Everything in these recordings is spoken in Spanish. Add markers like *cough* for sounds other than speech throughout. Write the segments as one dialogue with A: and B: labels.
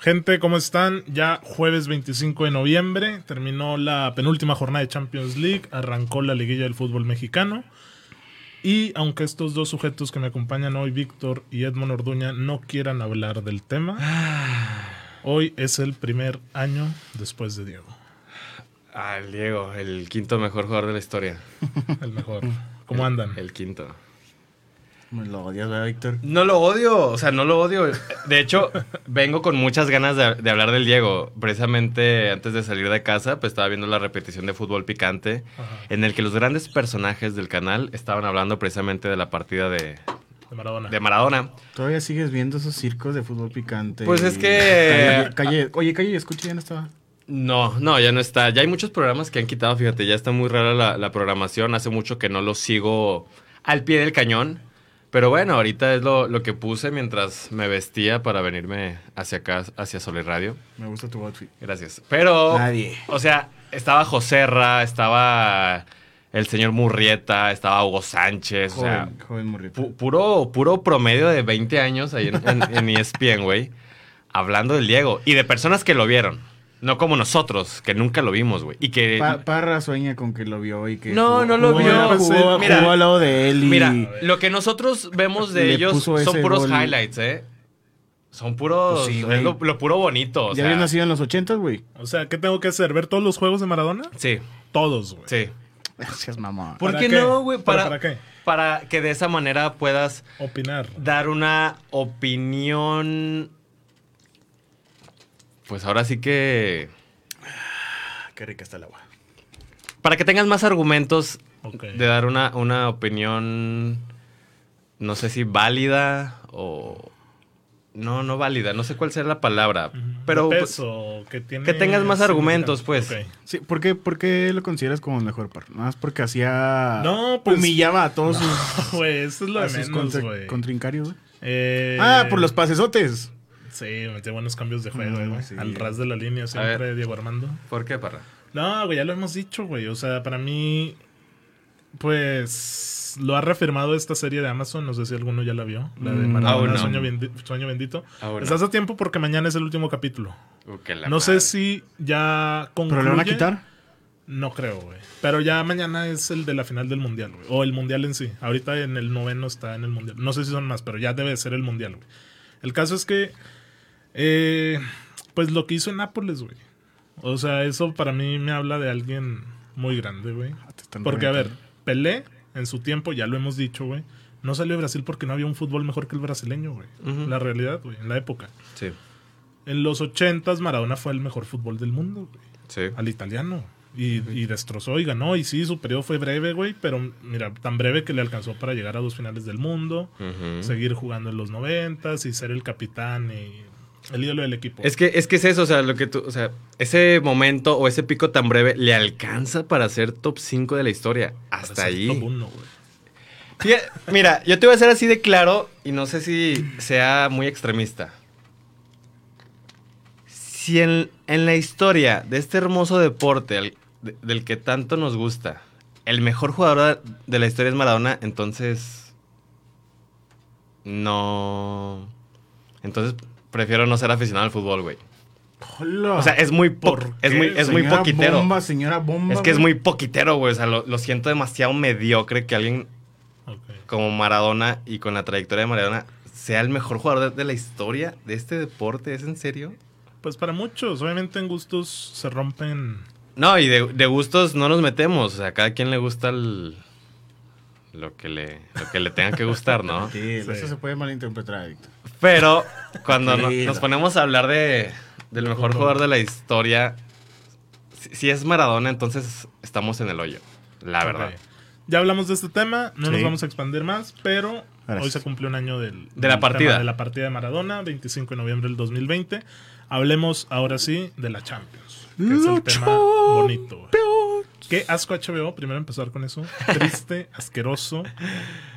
A: Gente, ¿cómo están? Ya jueves 25 de noviembre terminó la penúltima jornada de Champions League, arrancó la liguilla del fútbol mexicano. Y aunque estos dos sujetos que me acompañan hoy, Víctor y Edmond Orduña, no quieran hablar del tema,
B: Ah.
A: hoy es el primer año después de Diego,
B: Ah, el Diego, el quinto mejor jugador de la historia.
A: el mejor. ¿Cómo andan?
B: El quinto.
C: Me lo odias, ¿verdad, Víctor?
B: No lo odio, o sea, no lo odio. De hecho, *laughs* vengo con muchas ganas de, de hablar del Diego. Precisamente antes de salir de casa, pues estaba viendo la repetición de Fútbol Picante, en el que los grandes personajes del canal estaban hablando precisamente de la partida de,
A: De Maradona.
B: de Maradona.
C: Todavía sigues viendo esos circos de fútbol picante.
B: Pues es
C: y-
B: que- ah,
C: Calle- calle- oye, calle, escucha, ya no estaba.
B: No, no, ya no está. Ya hay muchos programas que han quitado, fíjate, ya está muy rara la, la programación. Hace mucho que no lo sigo al pie del cañón. Pero bueno, ahorita es lo, lo que puse mientras me vestía para venirme hacia acá, hacia Sole Radio.
C: Me gusta tu outfit.
B: Gracias. Pero.
C: Nadie.
B: O sea, estaba Joserra, estaba el señor Murrieta, estaba Hugo Sánchez. O sea,
C: Joven, joven morrito.
B: pu- puro, puro promedio de 20 años ahí en, en,
C: *laughs*
B: en E ESPN, güey. Hablando del Diego. Y de personas que lo vieron. No como nosotros, que nunca lo vimos, güey. Y que.
C: Pa- Parra sueña con que lo vio y que.
B: eh, No,
C: jugó-
B: no lo
C: jugó-
B: vio.
C: Jugó,
B: Mira.
C: jugó al lado de él y.
B: Mira, lo que nosotros vemos de
C: Le
B: ellos
C: puso
B: son
C: ese
B: puros
C: gol.
B: highlights, ¿eh? Son puros.
C: Pues sí,
B: es
C: güey.
B: lo, lo puro bonito. o
C: ya
B: sea.
C: había nacido en los
B: *laughs*
C: ochentas, güey.
A: O sea, ¿qué tengo que hacer? ¿Ver todos los juegos de Maradona?
B: Sí,
A: Todos, güey.
B: sí.
C: Gracias, mamá.
B: ¿Por
A: ¿Para
B: qué,
A: qué?
B: no, güey?
A: ¿Pero
B: Para,
A: para qué?
B: para que de esa manera puedas
A: Opinar.
B: dar una opinión. Pues ahora sí que.
A: Ah,
C: Qué rica está el agua.
B: Para que tengas más argumentos
A: Ok.
B: de dar una, una opinión. No sé si válida o. No, no válida. No sé cuál será la palabra. Pero. pues,
A: De peso, que, tiene
B: que tengas más argumentos, pues.
A: Ok.
C: Sí, ¿por qué, por qué lo consideras como el mejor par? Nada más porque hacía.
A: No, pues-
C: Humillaba a
A: *laughs*
C: todos sus,
A: Güey, eso es lo
C: a
A: de
C: sus
A: menos,
C: contra-
A: güey.
C: contrincarios, güey.
A: Eh,
C: Ah, por los pasesotes.
A: Sí, metió buenos cambios de juego,
C: Mm,
A: güey.
C: sí.
A: Al ras de la línea siempre,
B: ver.
A: Diego Armando.
B: ¿Por qué, Parra?
A: No, güey, ya lo hemos dicho, güey. O sea, para mí, pues lo ha reafirmado esta serie de Amazon. No sé si alguno ya la vio. La de
C: Mm,
A: Maradona,
B: aún no.
A: Sueño, Bendi- Sueño Bendito.
B: Aún no.
A: Estás a tiempo porque mañana es el último capítulo.
B: Uh, que la
A: no sé
B: madre.
A: si ya concluye.
C: ¿Pero le van a quitar?
A: No creo, güey. Pero ya mañana es el de la final del mundial, güey. O el mundial en sí. Ahorita en el noveno está en el mundial. No sé si son más, pero ya debe de ser el mundial, güey. El caso es que. eh, pues lo que hizo en Nápoles, güey. O sea, eso para mí me habla de alguien muy grande, güey.
C: Ah, te están
A: Porque, a ver,
C: reventando.
A: Pelé, en su tiempo, ya lo hemos dicho, güey. No salió de Brasil porque no había un fútbol mejor que el brasileño, güey.
B: Ujú.
A: La realidad, güey, en la época.
B: Sí,
A: En los ochentas, Maradona fue el mejor fútbol del mundo, güey
B: sí.
A: al italiano. Y, y destrozó y ganó. Y sí, su periodo fue breve, güey. Pero mira, tan breve que le alcanzó para llegar a dos finales del mundo,
B: Ujú.
A: seguir jugando en los noventas y ser el capitán y el ídolo del equipo.
B: Es que, es que es eso, o sea, lo que tú, o sea, ese momento o ese pico tan breve le alcanza para ser top 5 de la historia.
A: Para
B: Hasta
A: ser top
B: ahí.
A: uno, güey.
B: Sí, mira, yo te voy a hacer así de claro y no sé si sea muy extremista. Si en, en la historia de este hermoso deporte al- de- del que tanto nos gusta, el mejor jugador de la historia es Maradona, entonces. No. Entonces prefiero no ser aficionado al fútbol, güey.
C: Hola.
B: O sea, es muy, po-
A: ¿Por
B: es muy,
A: qué,
B: es muy
C: Señora
B: poquitero.
C: Bomba, señora bomba.
B: es que es
C: güey.
B: muy poquitero, güey. O sea, lo, lo siento demasiado mediocre que alguien
A: Ok.
B: como Maradona y con la trayectoria de Maradona sea el mejor jugador de, de la historia de este deporte. ¿Es en serio?
A: Pues para muchos, obviamente en gustos se rompen.
B: No, y de, de gustos no nos metemos. O sea, a cada quien le gusta el- lo, que le, lo que le tenga que gustar, *laughs* ¿no?
C: Sí,
A: Sí.
C: eso se puede malinterpretar, Víctor.
B: Pero cuando no-
C: Sí,
B: nos
C: no.
B: ponemos a hablar de, del mejor
A: Fútbol.
B: jugador de la historia, si, si es Maradona, entonces estamos en el hoyo. La verdad.
A: Ok. Ya hablamos de este tema, no nos
C: Sí.
A: vamos a expandir más, pero
C: Gracias.
A: hoy se cumple un año del,
B: De la
A: del
B: partida.
A: tema De la partida de Maradona, 25 de noviembre del 2020. Hablemos ahora sí de la Champions. Que es el tema bonito. güey. Qué asco HBO, primero empezar con eso.
B: *laughs*
A: Triste, asqueroso.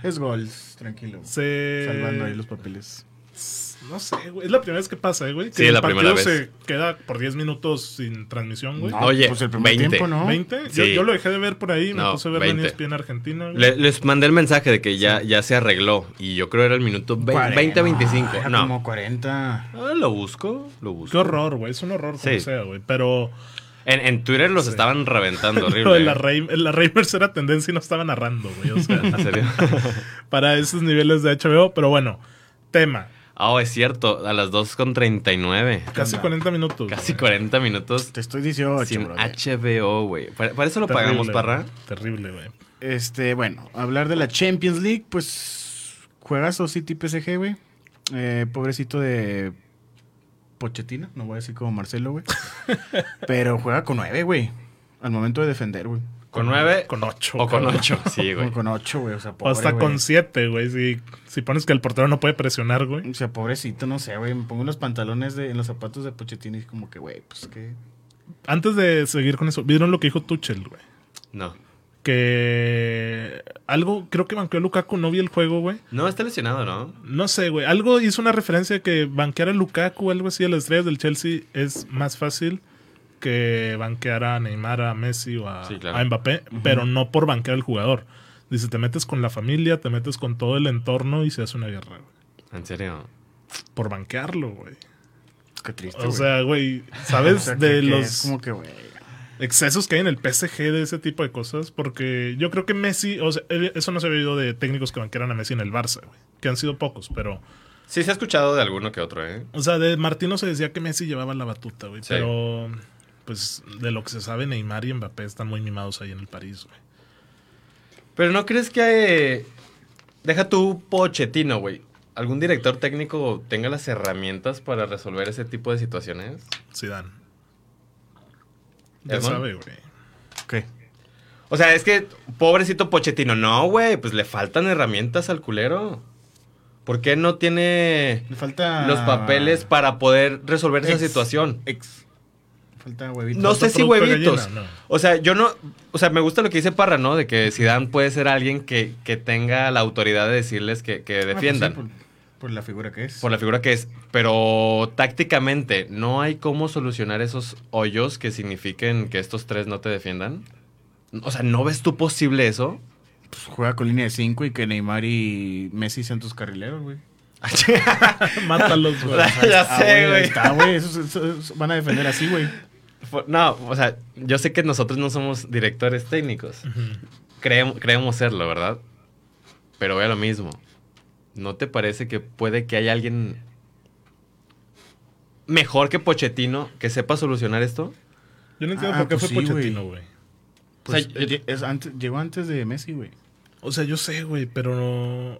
C: Es gols, tranquilo.
A: Se...
C: Salvando ahí los papeles.
A: No sé, güey. Es la primera vez que pasa, eh, güey. Que
B: Sí, es la primera vez.
A: se queda por 10 minutos sin transmisión, güey.
C: No,
B: Oye,
C: pues el primer
B: 20.
C: tiempo, ¿no?
A: ¿20? Yo,
B: Sí.
A: yo lo dejé de ver por ahí. Me
B: No,
A: puse a ver
B: 20.
A: la E ESPN en Argentina, güey.
B: Le- les mandé el mensaje de que ya, ya se arregló y yo creo era el minuto ve- 20 25.
C: Era
B: No,
C: Ah, Como 40.
B: Ah, lo busco, lo busco.
A: Qué horror, güey. Es un horror como
B: Sí.
A: sea, güey. Pero
B: En, en Twitter los estaban
A: *laughs*
B: reventando
A: lo
B: horrible.
A: de la,
B: ¿eh?
A: Reim- la Reimers era tendencia y no estaba narrando, güey. O sea,
B: *laughs* ¿En
A: *laughs*
B: serio?
A: para esos niveles de HBO. Pero bueno, tema.
B: Ah, oh, es cierto, a las 2.39.
A: Casi 40 minutos.
B: Casi
A: güey.
B: 40 minutos
C: Te estoy 18,
B: sin
C: brother.
B: HBO, güey. ¿Para, para eso lo
A: eh. Terrible,
B: pagamos,
A: güey.
B: Parra?
A: Terrible, güey.
C: Este, bueno, hablar de la Champions League, pues juegas o City PSG, güey. Eh, pobrecito de Pochettino, no voy a decir como Marcelo, güey. Pero juega con nueve, güey. Al momento de defender, güey.
B: ¿Con 9
A: Con 8.
B: o con 8?
A: *laughs*
B: Sí, güey.
C: Con- Con ocho, güey. O sea,
A: O
C: pobre,
A: hasta
C: güey.
A: con 7, güey. Si, si pones que el portero no puede presionar, güey.
C: O sea, pobrecito, no sé, güey. Me pongo en los pantalones de, en los zapatos de Pochettino y como que, güey, pues que.
A: Antes de seguir con eso, ¿vieron lo que dijo Tuchel, güey?
B: No.
A: Que algo, creo que banqueó a Lukaku, no vi el juego, güey.
B: No, está lesionado, ¿no?
A: No sé, güey. Algo hizo una referencia de que banquear a Lukaku o algo así a las estrellas del Chelsea es más fácil que banquear a Neymar, a Messi o a,
B: Sí, claro.
A: a Mbappé, pero no por banquear al jugador. Dice, te metes con la familia, te metes con todo el entorno y se hace una guerra, güey.
B: En serio.
A: Por banquearlo, güey.
C: Qué triste,
A: O
C: Este güey.
A: sea, güey,
C: *laughs* O
A: ¿sabes?
C: sea, que-
A: de
C: que
A: los
C: Es como que, güey.
A: excesos que hay en el PSG de ese tipo de cosas, porque yo creo que Messi, o sea, eh, eso no se ha oído de técnicos que banquearan a Messi en el Barça, güey. Que han sido pocos, pero...
B: Sí, se ha escuchado de alguno que otro, ¿eh?
A: O sea, de Martino se decía que Messi llevaba la batuta, güey.
B: Sí.
A: Pero, pues, de lo que se sabe, Neymar y Mbappé están muy mimados ahí en el París, güey.
B: Pero no crees que. eh, deja tu pochetino, güey. ¿Algún director técnico tenga las herramientas para resolver ese tipo de situaciones?
A: Zidane. Ya
B: ¿Edmond?
A: sabe, güey.
C: ¿Qué?
B: O sea, es que, pobrecito Pochettino, no, güey, pues le faltan herramientas al culero. ¿Por qué no tiene
C: Le falta.
B: los papeles para poder resolver esa
C: Ex-
B: situación?
C: Ex. Falta huevito.
B: No
A: Otro
B: sé si
A: producto de
B: huevitos.
A: gallina, no.
B: O sea, yo no, o sea, me gusta lo que dice Parra, ¿no? De que Zidane puede ser alguien que, que tenga la autoridad de decirles que, que
C: Ah, pues
B: defiendan.
C: sí, por, por la figura que es.
B: Por la figura que es. Pero tácticamente, ¿no hay cómo solucionar esos hoyos que signifiquen que estos tres no te defiendan? O sea, ¿no ves tú posible eso?
C: *laughs* Pues juega con línea de 5 y que Neymar y Messi sean tus carrileros, güey. *laughs*
A: Mátalos, güey.
B: ya
C: Ah,
B: sé,
C: ahí
B: güey.
C: Está, güey. Esos, esos- esos van a defender así, güey.
B: Fu- No, o sea, yo sé que nosotros no somos directores técnicos. Creem- creemos serlo, ¿verdad? Pero vea lo mismo. ¿No te parece que puede que haya alguien mejor que Pochettino que sepa solucionar esto?
A: Yo no entiendo
C: Ah,
A: por qué
C: pues
A: fue
C: sí,
A: Pochettino, güey.
C: Pues,
B: sea, yo-
C: es antes- llegó antes de Messi, güey.
A: O sea, yo sé, güey, pero no...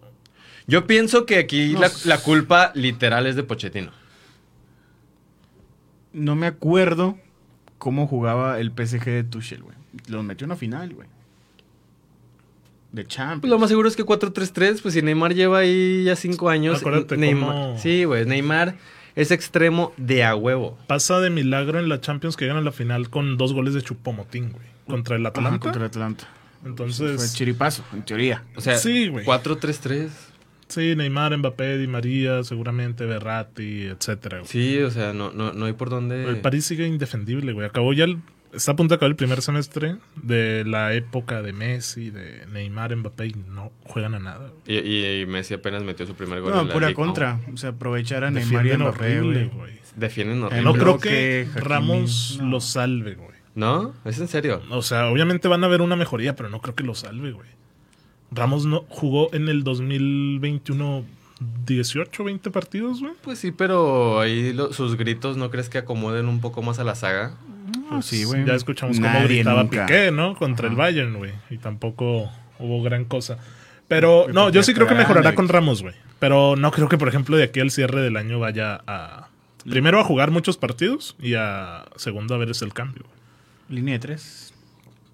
B: Yo pienso que aquí
C: No
B: la,
C: s-
B: la culpa literal es de Pochettino.
C: No me acuerdo cómo jugaba el PSG de Tuchel, güey. Los metió en una final, güey. De
B: Pues lo
C: Champions.
B: más seguro es que 4-3-3, pues si Neymar lleva ahí ya 5 años.
A: Acuérdate
B: Neymar,
A: cómo-
B: Sí, güey, Neymar es extremo de a huevo.
A: Pasa de milagro en la Champions que llegan a la final con dos goles de Chupomotín, güey. Contra el
C: Ajá,
A: Atlanta.
C: contra el Pues Atlanta. Fue
A: Entonces,
C: chiripazo, en teoría.
B: O sea,
A: Sí, güey.
B: 4-3-3.
A: sí, Neymar, Mbappé, Di María, seguramente Berratti, etcétera, güey.
B: Sí, o sea, no, no, no hay por dónde.
A: El París sigue indefendible, güey. Acabó ya el- Está a punto de acabar el primer semestre de la época de Messi, de Neymar, Mbappé y no juegan a nada. güey.
B: Y, y- y Messi apenas metió su primer gol.
C: No,
B: en la
C: pura
B: Ligue 1.
C: contra. O sea, aprovechar a Neymar y a
A: Defienden
C: Mbappé,
A: horrible,
C: güey.
A: güey.
B: Defienden
C: El
B: horrible.
A: No
B: No,
A: creo
C: bloque,
A: que
C: Hakimi,
A: Ramos
C: no.
A: lo salve, güey.
B: ¿Es en serio?
A: O sea, obviamente van a ver una mejoría, pero no creo que lo salve, güey. Ramos no jugó en el 2021 18, 20 partidos, güey.
B: Pues sí, pero ahí lo- sus gritos, ¿no crees que acomoden un poco más a la saga?
C: Ah, sí, güey.
A: Ya escuchamos cómo
C: Nadie
A: gritaba
C: nunca.
A: Piqué, ¿no? Contra el Bayern, güey. Y tampoco hubo gran cosa. Pero
C: Pero
A: no,
C: porque
A: yo sí creo que
C: está
A: mejorará
C: grande,
A: con Ramos, güey. Pero no creo que, por ejemplo, de aquí al cierre del año vaya a. Primero a jugar muchos partidos y a segundo a ver es el cambio. güey.
C: Línea de tres.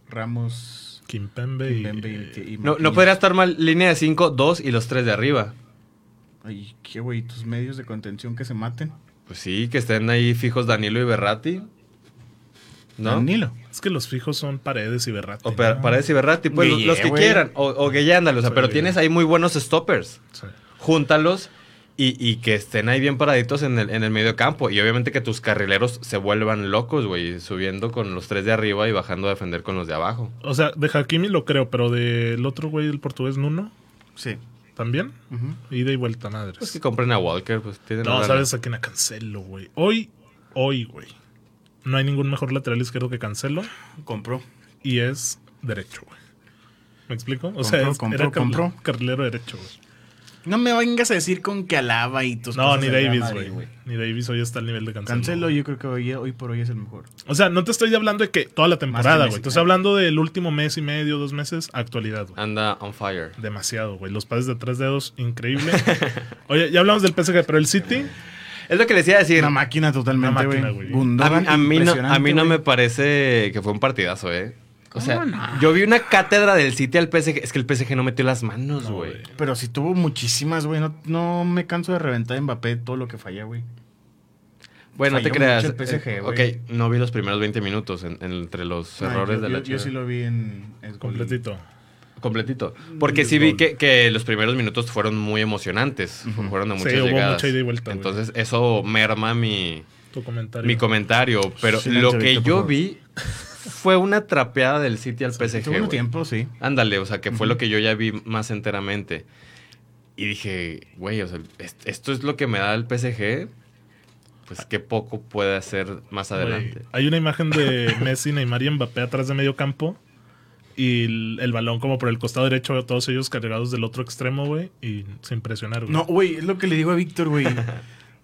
C: Ramos.
A: Kimpembe y.
C: Kimpembe y- y
B: No, no
C: Marquinhos.
B: podría estar mal línea de 5, 2 y los 3 de arriba.
C: Ay, qué güey, tus medios de contención que se maten.
B: Pues sí, que estén ahí fijos Danilo y Berratti. ¿No?
C: Danilo.
A: Es que los fijos son paredes y berrate.
B: O para Paredes y Berratti, pues los-
C: Guille,
B: los que
C: güey.
B: quieran. O, o Guille, ándale, o sea,
A: Sí.
B: pero tienes ahí muy buenos stoppers. Júntalos y, y que estén ahí bien paraditos en el, en el medio campo. Y obviamente que tus carrileros se vuelvan locos, güey. Subiendo con los tres de arriba y bajando a defender con los de abajo.
A: O sea, de Hakimi lo creo, pero del otro güey, el portugués Nuno,
C: Sí.
A: también.
C: Ujú.
A: Ida y vuelta, madres.
B: Pues que compren a Walker, pues tienen
A: No,
B: una-
A: ¿sabes a quién a Cancelo, güey? Hoy, hoy, güey. No hay ningún mejor lateral izquierdo que Cancelo
C: Compró.
A: y es derecho, güey. ¿Me explico? O
C: Compró,
A: sea, es,
C: compró,
A: era carl-
C: compró.
A: carrilero derecho, güey.
C: No me vengas a decir con que alaba y tus
A: No,
C: cosas
A: ni
C: de Real
A: Davis,
C: Madrid,
A: güey. Ni Davis hoy está al nivel de Cancelo.
C: Cancelo, yo creo que hoy, hoy por hoy es el mejor.
A: O sea, no te estoy hablando de que toda la temporada,
C: Messi,
A: güey. Te estoy
C: claro.
A: hablando del último mes y medio, dos meses, actualidad, güey.
B: Anda on fire.
A: Demasiado, güey. Los pases de tres dedos,
C: *laughs*
A: increíble. Oye, ya hablamos del PSG, pero el City,
B: Es lo que les iba a decir.
C: Una máquina
A: Una
C: totalmente,
A: máquina,
C: güey.
A: güey.
B: A, mí-
C: Gundogan,
B: a mí no, a
C: impresionante,
B: mí no
C: güey.
B: me parece que fue un partidazo, ¿eh? O sea,
C: ¿Cómo no?
B: yo vi una cátedra del City al PSG. Es que el PSG no metió las manos,
A: No,
B: güey.
A: güey.
C: Pero si tuvo muchísimas, güey. No, no me canso de reventar a Mbappé todo lo que falla, güey.
B: bueno, no te
C: Falló
B: creas.
C: mucho el PSG,
B: Eh, ok,
C: güey.
B: no vi los primeros 20 minutos en- en- entre los
C: No,
B: errores
C: yo,
B: de
C: yo-
B: la
C: yo
B: Champions.
C: sí lo vi en... en-
A: completito.
B: Completito. Porque sí vi que, que los primeros minutos fueron muy emocionantes. Fueron de
A: Sí,
B: muchas
A: hubo
B: llegadas.
A: mucha ida y vuelta, güey.
B: Entonces, eso merma mi,
A: Tu comentario.
B: mi comentario. Pero
C: Silencio,
B: lo que
C: Víctor, por
B: yo
C: favor.
B: vi fue una trapeada del City al PSG.
C: Segundo
B: güey.
C: tiempo, sí.
B: Ándale, o sea, que fue lo que yo ya vi más enteramente. Y dije, güey, o sea, est- esto es lo que me da el PSG. Pues qué poco puede hacer más
A: Güey,
B: adelante.
A: hay una imagen de *laughs* Messi, Neymar y Mbappé atrás de medio campo. Y el, el balón como por el costado derecho, todos ellos cargados del otro extremo, güey. Y se impresionaron.
C: No, güey, es lo que le digo a
A: *laughs*
C: Víctor, güey.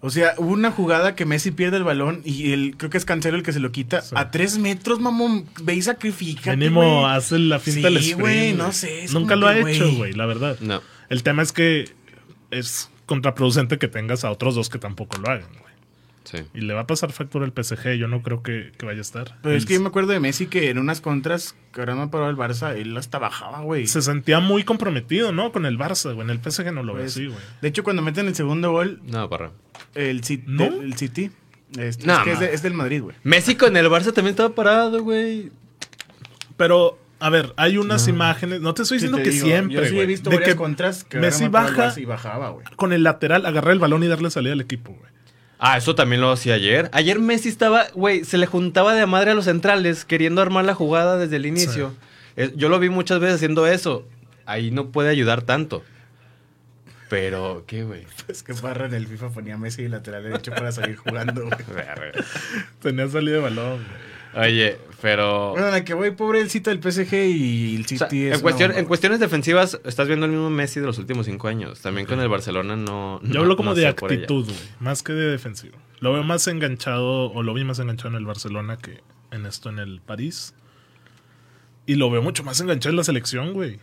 C: O sea, hubo una jugada que Messi pierde el balón y el, creo que es Cancelo el que se lo quita.
A: Sí.
C: A tres metros, mamón, ve y sacrifica.
A: Mínimo hace la finta del
C: Sí,
A: sprint,
C: güey, no sé, es
A: Nunca
C: como
A: lo ha
C: que,
A: hecho,
C: güey.
A: güey, la verdad.
B: No.
A: El tema es que es contraproducente que tengas a otros dos que tampoco lo hagan, güey.
B: Sí.
A: Y le va a pasar factura al PSG, yo no creo que, que vaya a estar.
C: Pero es
A: Él
C: que yo me acuerdo de Messi que en unas contras, que ahora no ha parado el Barça, él hasta bajaba, güey.
A: Se sentía muy comprometido, ¿no? Con el Barça, güey. En el PSG no lo ve
C: Pues,
A: así, güey.
C: De hecho, cuando meten el segundo gol,
B: No, parra.
C: el, Cit-
A: ¿No?
C: el City. este,
B: No,
C: es que
B: ma.
C: es, de- es del Madrid, güey.
B: Messi con el Barça también estaba parado, güey.
A: Pero, a ver, hay unas imágenes. No te estoy diciendo
C: Sí, te
A: que
C: digo,
A: siempre.
C: Yo sí he
A: güey,
C: visto
A: de
C: varias
A: que
C: contras que
A: Messi
C: agarra más para el
A: baja-
C: Barça y bajaba, güey.
A: con el lateral agarrar el balón y darle salida al equipo, güey.
B: Ah, eso también lo hacía ayer. Ayer Messi estaba, güey, se le juntaba de a madre a los centrales, queriendo armar la jugada desde el inicio. Eh, Yo lo vi muchas veces haciendo eso. Ahí no puede ayudar tanto. Pero, ¿qué, güey?
C: *laughs* Es que Barra en el FIFA ponía Messi de lateral derecho para salir jugando, *laughs* güey.
B: Verga.
A: Tenía salida de balón, güey.
B: Oye, pero...
C: Bueno, en la que voy, pobrecito del PSG y el
B: O
C: City
B: sea,
C: es.
B: en,
C: una
B: cuestión-
C: bomba,
B: en
C: güey.
B: cuestiones defensivas, estás viendo el mismo Messi de los últimos cinco años. También con el Barcelona no.
A: Yo
B: no-
A: hablo como
B: no
A: de
B: sé por ella.
A: actitud, güey. Más que de defensivo. Lo veo más enganchado, o lo vi más enganchado en el Barcelona que en esto en el París. Y lo veo mucho más enganchado en la selección, güey.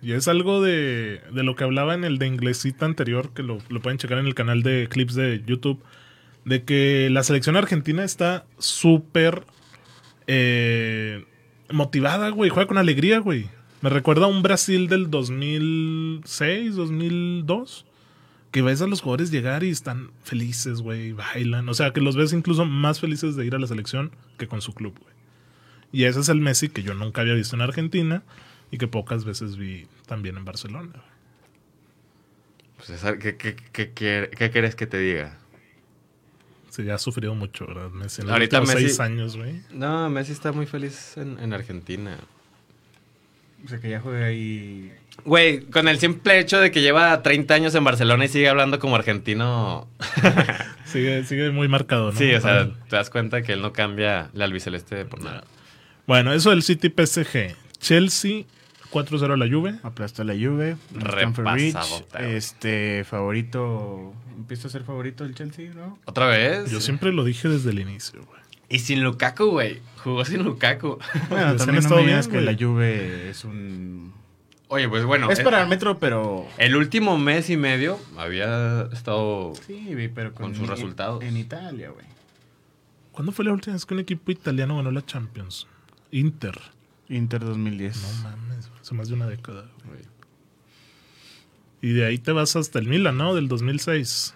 A: Y es algo de, de lo que hablaba en el de inglesita anterior, que lo, lo pueden checar en el canal de clips de YouTube, de que la selección argentina está súper eh, motivada, güey. Juega con alegría, güey. Me recuerda a un Brasil del 2006, 2002, que ves a los jugadores llegar y están felices, güey, bailan. O sea, que los ves incluso más felices de ir a la selección que con su club, güey. Y ese es el Messi que yo nunca había visto en Argentina y que pocas veces vi también en Barcelona. güey.
B: Pues esa- ¿qué, qué, qué, qué- qué quieres que te diga?
A: Se ya ha sufrido mucho, ¿verdad? Messi en los
B: Ahorita
A: últimos
B: Messi-
A: seis años, güey.
B: No, Messi está muy feliz en, en Argentina.
C: O sea, que ya juega ahí.
B: Güey, con el simple hecho de que lleva 30 años en Barcelona y sigue hablando como argentino.
A: Sigue, sigue muy marcado, ¿no?
B: Sí, o sea,
A: Para-
B: te das cuenta que él no cambia la albiceleste por nada.
A: Bueno, eso del City PSG. Chelsea 4-0 a la Juve.
C: Aplastó a la Juve. Stamford
B: Repasado,
C: Bridge,
B: güey.
C: Este, favorito. Empieza a ser favorito el Chelsea, ¿no?
B: ¿Otra vez?
A: Yo siempre lo dije desde el inicio, güey.
B: Y sin Lukaku, güey. Jugó sin Lukaku. *laughs*
C: *laughs* Bueno,
A: Pues han
C: también no
A: estado
C: me
A: bien,
C: digas que
A: güey.
C: la Juve es un.
B: Oye, pues bueno.
C: es
B: eh,
C: para el metro, pero.
B: El último mes y medio había estado
C: Sí, güey, pero con,
B: Con sus
C: en-
B: resultados.
C: En Italia, güey.
A: ¿Cuándo fue la última vez que un equipo italiano ganó la Champions? Inter.
C: Inter 2010.
A: No mames, hace más de una década. güey.
B: Güey.
A: Y de ahí te vas hasta el Milan, ¿no? Del 2006.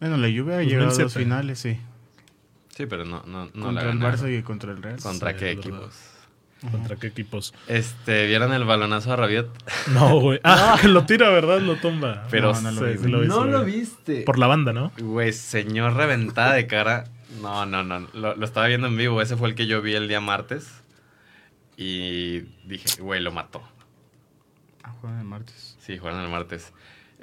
C: Bueno, la Juve ha llegado a dos
A: 2007.
C: finales, sí.
B: Sí, pero no, no, no la
C: contra el
B: ganaron.
C: Barça y contra el Real.
B: ¿Contra
A: Sí,
B: qué
A: es verdad.
B: equipos?
A: ¿Contra qué equipos?
B: Este, vieron el balonazo a Rabiot.
A: No, güey. Ah, que *laughs* lo tira, ¿verdad? Lo tumba.
B: Pero
A: no, no
C: se-
A: lo, vi, sí lo hizo, güey.
B: viste.
A: Por la banda, ¿no?
B: Güey, señor reventada de cara. No, no, no. Lo, lo estaba viendo en vivo. Ese fue el que yo vi el día martes. Y dije, güey, lo mató.
C: Ah, juegan el martes.
B: Sí, jugaron el martes.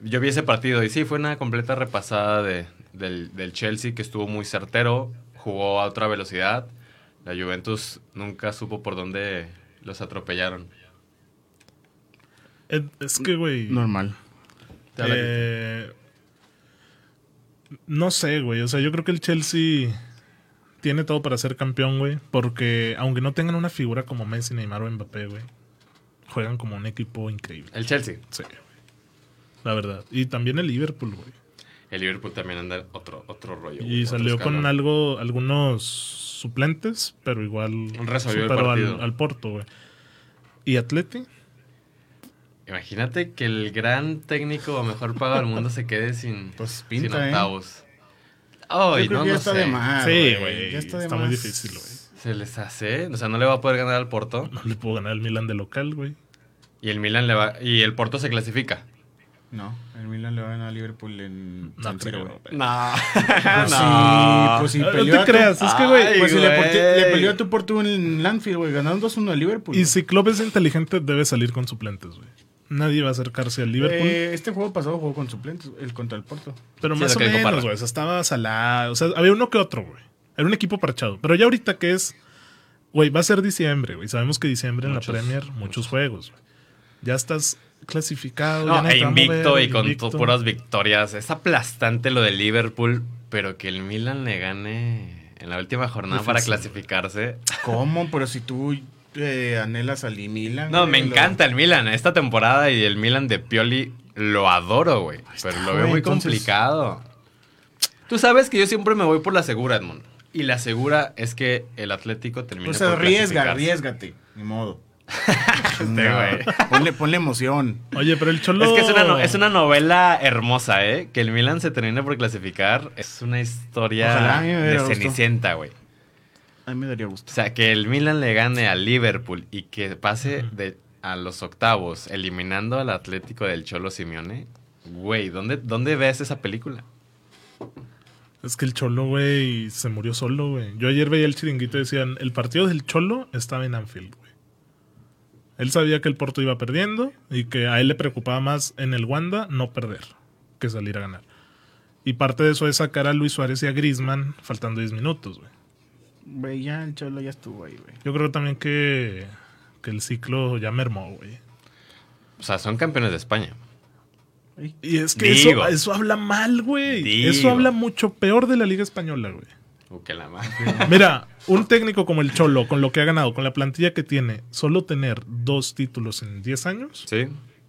B: Yo vi ese partido y sí, fue una completa repasada de, del, del Chelsea que estuvo muy certero, jugó a otra velocidad. La Juventus nunca supo por dónde los atropellaron.
A: Eh, Es que, güey.
C: Normal.
A: eh, no sé, güey. O sea, yo creo que el Chelsea tiene todo para ser campeón, güey. Porque aunque no tengan una figura como Messi, Neymar o Mbappé, güey, juegan como un equipo increíble.
B: El Chelsea.
A: Sí, güey. La verdad. Y también el Liverpool, güey.
B: El Liverpool también anda otro, otro rollo. güey,
A: Y
B: otro
A: salió
B: escalón.
A: con algo, algunos suplentes, pero igual
B: Resolvió el
A: superó al,
B: partido.
A: al Porto, güey. ¿Y Atleti?
B: Imagínate que el gran técnico o mejor pago del mundo se quede sin,
C: Pues
B: sin
C: pinta, ¿eh?
B: octavos. Ay,
C: Yo creo
B: no,
C: que ya
B: no
C: está
B: sé.
C: de más.
A: Sí, güey, está muy difícil, güey.
B: Se les hace. O sea, no le va a poder ganar al Porto.
A: No le puedo ganar al Milan de local, güey.
B: Y el Milan le va. Y el Porto se clasifica.
C: No, el Milan le va a ganar a Liverpool en
A: No
C: San
A: creo,
C: Siro,
A: güey.
C: güey.
B: No.
C: *laughs* Pues sí,
B: no.
C: pues sí,
A: Ah, No
C: peleó
A: te
C: a tu-
A: creas, es que, güey.
B: Ay,
C: Pues si le, porti-
B: güey.
C: le peleó a tu por tu en Landfield, güey. Ganaron 2-1 a Liverpool.
A: Y
C: güey.
A: si Klopp es inteligente, debe salir con suplentes, güey. Nadie va a acercarse al Liverpool.
C: Eh, este juego pasado jugó con suplentes, el contra el Porto.
A: pero
B: sí,
A: más
B: lo
A: o
B: que dijo
A: menos,
B: Parra.
A: güey. O sea, estaba salado. O sea, había uno que otro, güey. Era un equipo parchado. Pero ya ahorita que es. Güey, va a ser diciembre, güey. Sabemos que diciembre
B: Muchos,
A: en la Premier, muchos, juegos, güey. Ya estás clasificado.
B: No,
A: ya nadie
B: e
A: te va a mover,
B: invicto y con
A: invicto.
B: tu- puras victorias. Es aplastante lo de Liverpool, pero que el Milan le gane en la última jornada para
A: Difícil.
B: clasificarse.
C: ¿Cómo? Pero si tú eh, anhelas al Milan.
B: No,
C: güey,
B: me
C: lo-
B: encanta el Milan. Esta temporada y el Milan de Pioli lo adoro, güey. Pero lo veo
C: güey,
B: muy
C: entonces-
B: complicado. Tú sabes que yo siempre me voy por la segura, Edmond. Y la segura es que el Atlético termina
C: O sea,
B: por
C: Pues arriesga,
B: clasificarse.
C: arriesgate. Ni modo.
B: güey.
C: ponle, ponle emoción.
A: Oye, pero el Cholo.
B: Es que es una, no- es una novela hermosa, ¿eh? Que el Milan se termine por clasificar. Es una historia
C: Ojalá, a mí me
B: de
C: hubiera gustado.
B: Cenicienta, güey.
C: A mí me daría gusto.
B: O sea, que el Milan le gane al Liverpool y que pase de, a los octavos, eliminando al Atlético del Cholo Simeone. Güey, ¿dónde, ¿dónde ves esa película?
A: Es que el Cholo, güey, se murió solo, güey. Yo ayer veía el chiringuito y decían, el partido del Cholo estaba en Anfield, güey. Él sabía que el Porto iba perdiendo y que a él le preocupaba más en el Wanda no perder que salir a ganar. Y parte de eso es sacar a Luis Suárez y a Griezmann faltando 10 minutos, güey.
C: Güey, ya el Cholo ya estuvo ahí, güey.
A: Yo creo también que, que el ciclo ya mermó, güey.
B: O sea, son campeones de España.
A: Y es que
B: Digo.
A: eso, eso habla mal, güey. Eso
B: Digo.
A: habla mucho peor de la Liga Española, güey.
B: Uh, que la madre.
A: Mira, un técnico como el Cholo, con lo que ha ganado, con la plantilla que tiene, solo tener dos títulos en 10 años
B: *laughs* Sí.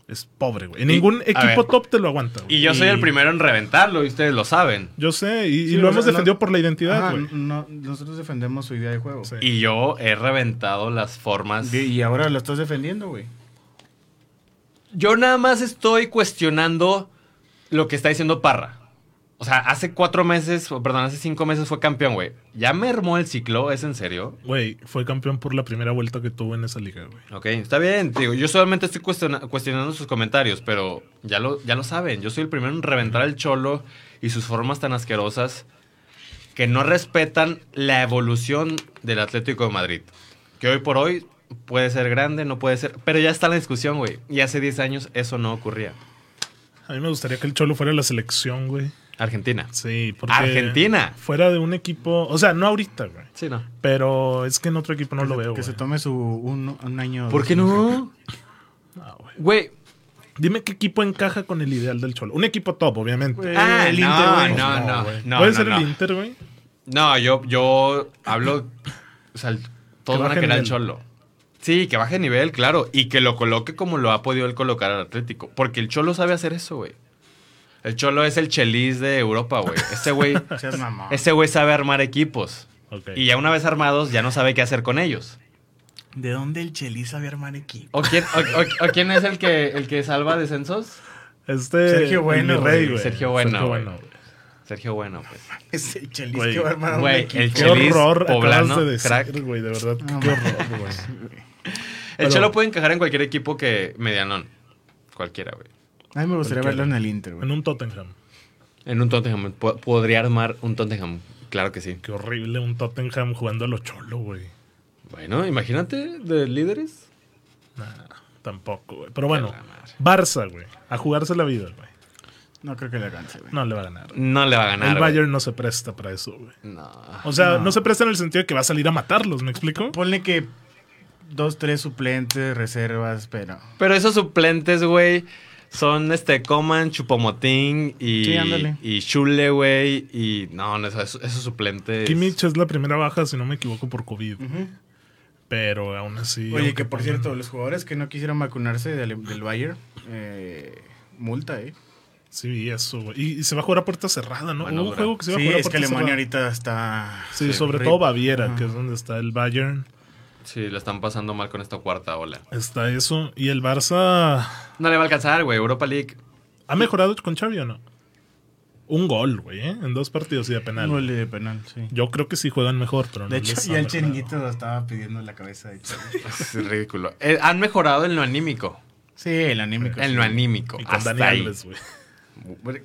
A: es pobre, güey. En
B: Y-
A: ningún
B: a
A: equipo
B: ver.
A: top te lo aguanta, güey.
B: Y yo soy
C: Y-
B: el primero en reventarlo y ustedes lo saben.
A: Yo sé, y, y
C: Sí,
A: lo
C: o
A: hemos
C: sea, no-
A: defendido por la identidad,
C: Ajá,
A: güey.
C: no- nosotros defendemos su idea de juego.
A: Sí.
B: Y yo he reventado las formas.
C: Y- Y ahora lo estás defendiendo, güey.
B: Yo nada más estoy cuestionando lo que está diciendo Parra. O sea, hace cuatro meses, o perdón, hace cinco meses fue campeón, güey. ¿Ya mermó el ciclo? ¿Es en serio?
A: Güey, fue campeón por la primera vuelta que tuvo en esa liga, güey.
B: Ok, está bien. Digo, yo solamente estoy cuestiona- cuestionando sus comentarios, pero ya lo, ya lo saben. Yo soy el primero en reventar al cholo y sus formas tan asquerosas que no respetan la evolución del Atlético de Madrid. Que hoy por hoy puede ser grande, no puede ser. Pero ya está la discusión, güey. Y hace 10 años eso no ocurría.
A: A mí me gustaría que el Cholo fuera la selección, güey.
B: Argentina.
A: Sí, porque...
B: Argentina.
A: Fuera de un equipo... O sea, no ahorita, güey.
B: Sí, no.
A: Pero es que en otro equipo no
C: que
A: lo
C: se,
A: veo,
C: Que se
A: güey.
C: tome su un, un año.
B: ¿Por qué no?
A: No, güey.
B: Güey.
A: Dime qué equipo encaja con el ideal del Cholo. Un equipo top, obviamente.
C: Güey,
B: Ah,
C: el
B: no,
C: Inter, güey.
B: no, no,
A: güey.
B: no,
A: Puede
B: no,
A: ser
B: no.
A: el Inter, güey.
B: No, yo, yo hablo. O sea, el- todos
A: Que
B: van a
A: baje
B: querer al
A: nivel.
B: Cholo. Sí, que baje nivel, claro. Y que lo coloque como lo ha podido él colocar al Atlético. Porque el Cholo sabe hacer eso, güey. El Cholo es el chelis de Europa, güey.
A: *laughs*
B: Ese güey.
C: Seas mamón.
B: ese güey sabe armar equipos.
A: Ok.
B: Y ya una vez armados, ya no sabe qué hacer con ellos.
C: ¿De dónde el Cheli sabe armar equipo?
B: *laughs* ¿O quién, o- o- o quién es el que, el que salva descensos?
A: Este.
C: Sergio
A: el
C: Bueno,
A: mi rey,
C: güey.
A: güey.
B: Sergio Bueno, güey. Sergio Bueno, pues.
C: Es el Chelis
A: Güey.
C: que va a armar un
B: Güey,
C: equipo.
B: el
A: Qué
B: Chelis
A: horror
B: poblano,
A: acabas de
B: crack.
A: decir, güey, de verdad.
C: No
A: qué
C: mames.
A: horror, güey.
B: El
A: Pero-
B: Chelo puede encajar en cualquier equipo que medianón. Cualquiera, güey.
C: A mí me gustaría verlo en el Inter,
A: En
C: güey.
A: un Tottenham.
B: En un Tottenham. po- Podría armar un Tottenham. Claro que sí.
A: Qué horrible un Tottenham jugando a lo cholo, güey.
B: Bueno, imagínate de líderes.
A: Nah, tampoco, güey. Pero bueno,
B: la madre.
A: Barça, güey. A jugarse la vida, güey.
C: No creo que le alcance, güey.
A: No le va a ganar.
B: No le va a ganar.
A: el
B: güey.
A: Bayern no se presta para eso, güey.
B: No.
A: O sea, no. se presta en el sentido de que va a salir a matarlos, ¿me explico?
B: Pues,
C: Ponle que dos, tres suplentes, reservas, pero.
B: Pero esos suplentes, güey, son este Coman, Chupomotín y,
C: Sí, ándale.
B: y Chule, güey. Y no, no, esos, esos suplentes.
A: Kimmich es la primera baja, si no me equivoco, por COVID. Pero aún así.
C: Oye,
A: aunque
C: que por
A: pongan-
C: cierto, los jugadores que no quisieron vacunarse del, del Bayern, eh, multa, ¿eh?
A: Sí, vi eso, güey. Y, y se va a jugar a puerta cerrada, ¿no?
B: Bueno,
A: Hubo un
B: dura.
A: juego que se
C: Sí,
A: iba a jugar a
C: es que
A: puerta
C: Alemania
A: cerrada.
C: ahorita está.
A: Sí,
C: se
A: sobre
C: ri-
A: todo Baviera,
C: Ajá.
A: que es donde está el Bayern.
B: Sí, la están pasando mal con esta cuarta ola.
A: Está eso. Y el Barça
B: No le va a alcanzar, güey. Europa League. *laughs*
A: ha mejorado con Xavi o no? Un gol, güey, ¿eh? en dos partidos y de penal.
C: Un gol de penal, sí.
A: Yo creo que sí juegan mejor, pero no
C: De hecho,
A: les ha
C: ya el
A: mejorado.
C: chiringuito lo estaba pidiendo la cabeza de Xavi.
B: Es ridículo. Eh, han mejorado en lo anímico.
C: Sí, el anímico.
B: En lo anímico.
A: Y con
B: Hasta
A: Dani
B: ahí.
A: Alves, güey.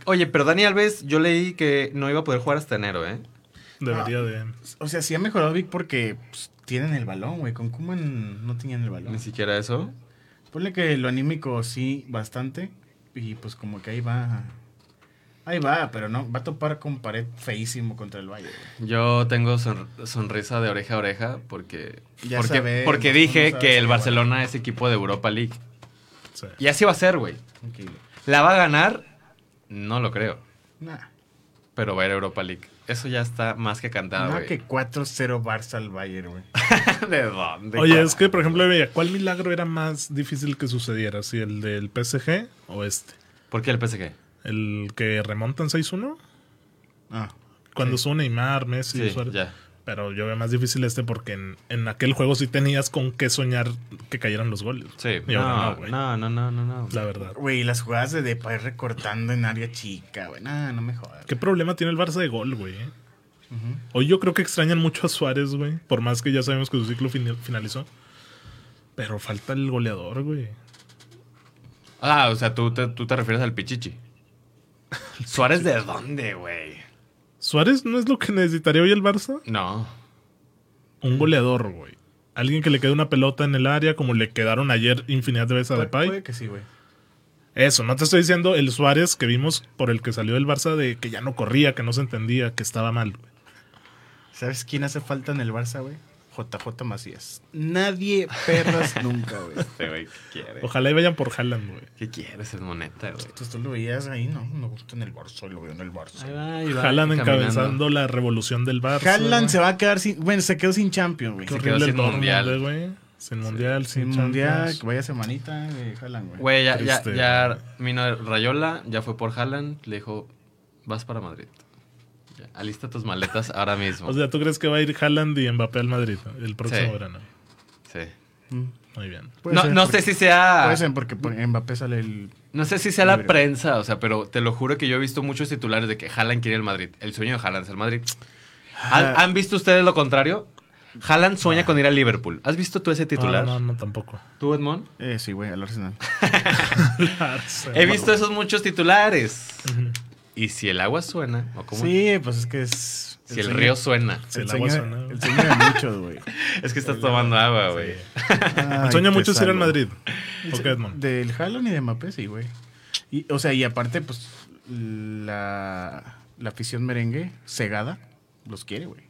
B: Oye, pero Dani Alves, yo leí que no iba a poder jugar hasta enero, ¿eh?
A: Debería de.
C: O sea, sí ha mejorado Vic porque pues, tienen el balón, güey. Con Kuman no tenían el
B: Ni
C: balón.
B: siquiera eso.
C: Ponle que lo anímico sí, bastante. Y pues como que ahí va. Ahí va, pero no. Va a topar con pared feísimo contra el Bayern. güey.
B: Yo tengo son- sonrisa de oreja a oreja porque,
C: Ya
B: porque,
C: sabemos,
B: porque
C: uno
B: dije
C: sabe
B: que
C: si
B: el
C: va a
B: Barcelona es equipo de Europa League.
A: sí.
B: Y así va a ser, güey.
C: Tranquilo.
B: ¿La va a ganar? No lo creo.
C: Nada.
B: Pero va a ir a Europa League. Eso ya está más que cantado,
C: Nada
B: güey. *laughs*
C: que 4-0 Barça al Bayern, güey.
B: ¿De dónde?
A: Oye, es que, por ejemplo, veía, ¿cuál milagro era más difícil que sucediera? ¿Si el del PSG o este?
B: ¿Por qué el PSG?
A: ¿El que remontan 6-1?
C: Ah.
A: Cuando suena Neymar, Messi,
B: Sí,
A: Suárez.
B: ya.
A: Pero yo veo más difícil este porque en, en aquel juego sí tenías con qué soñar que cayeran los goles.
B: Sí.
A: Y ahora
B: No,
A: no, güey.
B: no, no, no, no, no.
A: La verdad.
C: Güey, las jugadas de Depay recortando en área chica, güey. Nada, no me jodas.
A: ¿Qué problema tiene el Barça de gol, güey? eh?
C: Ujú.
A: Hoy yo creo que extrañan mucho a Suárez, güey. Por más que ya sabemos que su ciclo fini- finalizó. Pero falta el goleador, güey.
B: Ah, o sea, tú te, tú te refieres al Pichichi. ¿Suárez de dónde, güey?
A: Suárez no es lo que necesitaría hoy el Barça.
B: No.
A: Un goleador, güey. Alguien que le quede una pelota en el área como le quedaron ayer infinidad de veces a
C: Pu- Puede
A: Depay.
C: que sí, güey.
A: Eso, no te estoy diciendo el Suárez que vimos por el que salió del Barça de que ya no corría, que no se entendía, que estaba mal, güey.
C: ¿Sabes quién hace falta en el Barça, güey? JJ Macías. Nadie *laughs* perras nunca,
B: *laughs*
C: güey.
B: Este güey, ¿qué quiere?
A: Ojalá y vayan por Haaland, güey.
B: ¿Qué quieres, el moneta, güey?
C: Entonces tú lo veías ahí, ¿no? Me gusta en el Barça y lo veo en el Barça.
A: Haaland encabezando la revolución del Barça.
C: Haaland
A: güey.
C: se va a quedar sin... Bueno, se quedó sin Champions, güey.
A: Qué
B: Se
A: horrible
B: quedó sin
A: el Dortmund,
B: mundial.
A: güey. Sin mundial, sin,
C: Sin mundial,
A: Champions.
C: que vaya semanita de Haaland, güey.
B: Güey, ya, ya,
A: Triste.
B: ya vino Rayola, ya fue por Haaland, le dijo, vas para Madrid. Ya, alista tus maletas ahora mismo.
A: O sea, ¿tú crees que va a ir Haaland y Mbappé al Madrid el próximo
B: Sí.
A: verano?
B: sí.
C: Mm.
A: Muy bien.
C: Puede
B: No,
C: ser,
B: no
C: porque-
B: sé si sea...
C: Puede ser porque por- Mbappé sale el...
B: No sé si sea la
C: Libre.
B: prensa, o sea, pero te lo juro que yo he visto muchos titulares de que Haaland quiere el Madrid. El sueño de Haaland es el Madrid. ¿Han,
C: Ah.
B: han visto ustedes lo contrario? Haaland sueña con ir al Liverpool. ¿Has visto tú ese titular?
A: No, no, no,
C: *laughs*
A: tampoco.
B: ¿Tú, Edmond?
C: Eh, sí, güey, al Arsenal.
B: He visto esos muchos titulares. Y si el agua suena, ¿o cómo?
C: Sí, pues es que es...
B: Si el
C: sueño-
B: río suena.
A: Si el
C: el
A: agua
C: sueño-
A: suena,
C: el sueño de muchos, güey.
B: Es que estás tomando agua, güey.
C: Ay,
A: El sueño
C: te
A: mucho es ir al
C: salvo.
A: Madrid. Ok, Edmond.
C: Del Haaland y de Mbappé, sí, güey. Y, o sea, y aparte, pues, la, la afición merengue, cegada, los quiere, güey.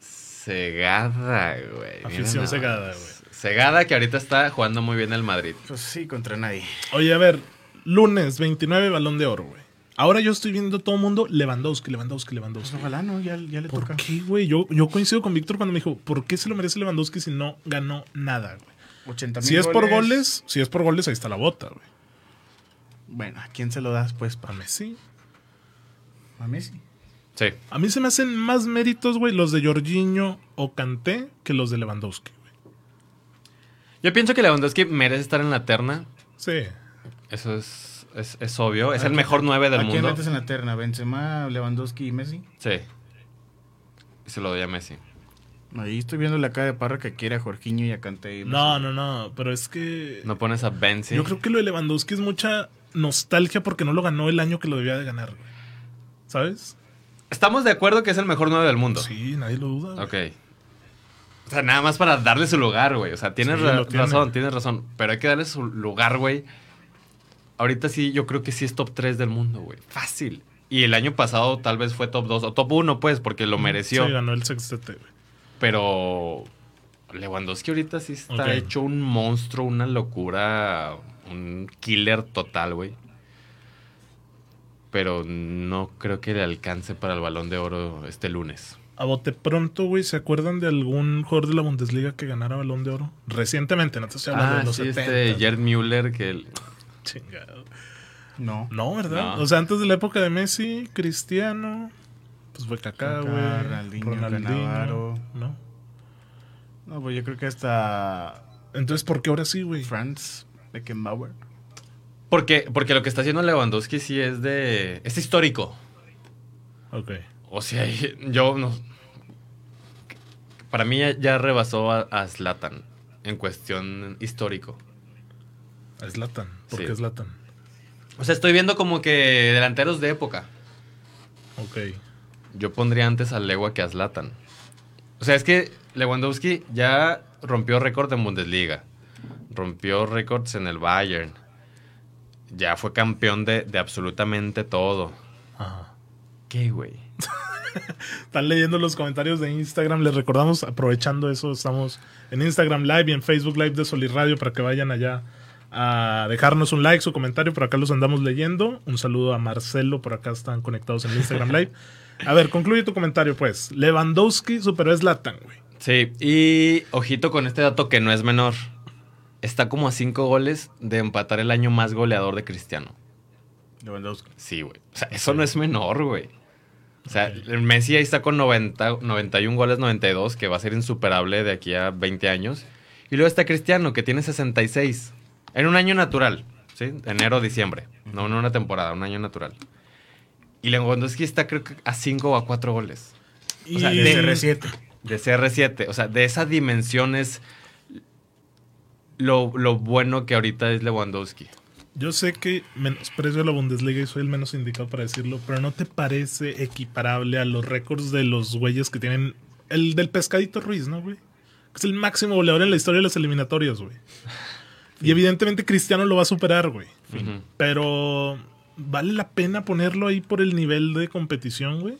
B: Segada, güey. Mira
A: Afición
B: nomás.
A: cegada, güey.
B: Segada que ahorita está jugando muy bien el Madrid.
C: Pues sí, contra nadie.
A: Oye, a ver. Lunes, 29, Balón de Oro, güey. Ahora yo estoy viendo todo el mundo Lewandowski, Lewandowski,
C: Pues
A: Lewandowski.
C: ojalá, ¿no? Ya, ya le
A: ¿Por
C: toca.
A: qué, güey? Yo, yo coincido con Víctor cuando me dijo, ¿por qué se lo merece Lewandowski si no ganó nada, güey?
C: 80
A: Si es por goles, si es por goles, ahí está la bota, güey.
C: Bueno, ¿a quién se lo das, pues,
A: A
C: para
A: Messi.
C: a Messi?
B: Sí.
A: A mí se me hacen más méritos, güey, los de Jorginho o Kanté que los de Lewandowski, güey.
B: Yo pienso que Lewandowski merece estar en la terna.
A: Sí.
B: Eso es Es, es obvio. Es
C: ¿A
B: el
C: quién-
B: mejor 9 del
C: ¿A quién
B: mundo.
C: metes en la terna? ¿Benzema, Lewandowski y Messi?
B: Sí. Y se lo doy a Messi.
C: Ahí estoy viendo la cara de Parra que quiere a Jorginho y a Kanté. y
A: No, no, no, pero es que...
B: No pones a Benzi.
A: Yo creo que lo de Lewandowski es mucha nostalgia porque no lo ganó el año que lo debía de ganar, güey. ¿Sabes?
B: Estamos de acuerdo que es el mejor 9 del mundo.
A: Sí, nadie lo duda. güey.
B: Ok. O sea, nada más para darle su lugar, güey. O sea, tienes
A: Sí,
B: ra-
A: lo tiene.
B: razón, tienes razón. Pero hay que darle su lugar, güey. Ahorita sí, yo creo que sí es top 3 del mundo, güey. Fácil. Y el año pasado tal vez fue top 2 o top 1, pues, porque lo mereció.
A: Sí, ganó el sextete, güey.
B: Pero Lewandowski ahorita sí está
A: Ok.
B: hecho un monstruo, una locura, un killer total, güey. Pero no creo que le alcance para el balón de oro este lunes.
A: A bote pronto, güey, ¿se acuerdan de algún jugador de la Bundesliga que ganara Balón de Oro? Recientemente, no te estoy hablando
B: Ah,
A: de los
B: sí,
A: 70.
B: este Gerd Müller que... el-
A: Chingado.
C: No.
A: No, ¿verdad?
B: No.
A: O sea, antes de la época de Messi, Cristiano, pues fue Kaká,
C: Kaká,
A: güey,
C: Ronaldinho, Cannavaro.
A: ¿no?
C: No, pues yo creo que hasta
A: Entonces, ¿por qué ahora sí, güey?
C: Franz Beckenbauer.
B: Porque, porque lo que está haciendo Lewandowski sí es de... Es histórico.
A: Ok.
B: O sea, yo no... Para mí ya, ya rebasó a, a Zlatan en cuestión histórico.
A: Es Latan. ¿Por
B: Sí.
A: qué es Latan?
B: O sea, estoy viendo como que delanteros de época.
A: Ok.
B: Yo pondría antes a Legua que a Zlatan. O sea, es que Lewandowski ya rompió récord en Bundesliga. Rompió récords en el Bayern. Ya fue campeón de, de absolutamente todo.
A: Ajá.
B: ¿Qué, güey?
A: Están leyendo los comentarios de Instagram. Les recordamos, aprovechando eso, estamos en Instagram Live y en Facebook Live de Sol y Radio para que vayan allá a dejarnos un like, su comentario. Por acá los andamos leyendo. Un saludo a Marcelo, por acá están conectados en Instagram
B: *laughs*
A: Live. A ver, concluye tu comentario, pues. Lewandowski superó a Zlatan, güey.
B: Sí, y ojito con este dato que no es menor. Está como a cinco goles de empatar el año más goleador de Cristiano.
C: Lewandowski.
B: Sí, güey. O sea, eso no es menor, güey. O sea, el Messi ahí está con 90, 91 goles, 92, que va a ser insuperable de aquí a 20 años. Y luego está Cristiano, que tiene 66. En un año natural, ¿sí? Enero, diciembre. No, no una temporada, un año natural. Y Lewandowski está creo que a 5 o a 4 goles.
A: Y
B: sea,
C: De CR7.
B: De CR7. O sea, de esa dimensión es lo, lo bueno que ahorita es Lewandowski.
A: Yo sé que menosprecio a la Bundesliga y soy el menos indicado para decirlo, pero ¿no te parece equiparable a los récords de los güeyes que tienen el del pescadito Ruiz, ¿no, güey? Que Es el máximo goleador en la historia de las eliminatorias, güey. Y evidentemente Cristiano lo va a superar, güey.
B: Ujú.
A: Pero ¿vale la pena ponerlo ahí por el nivel de competición, güey?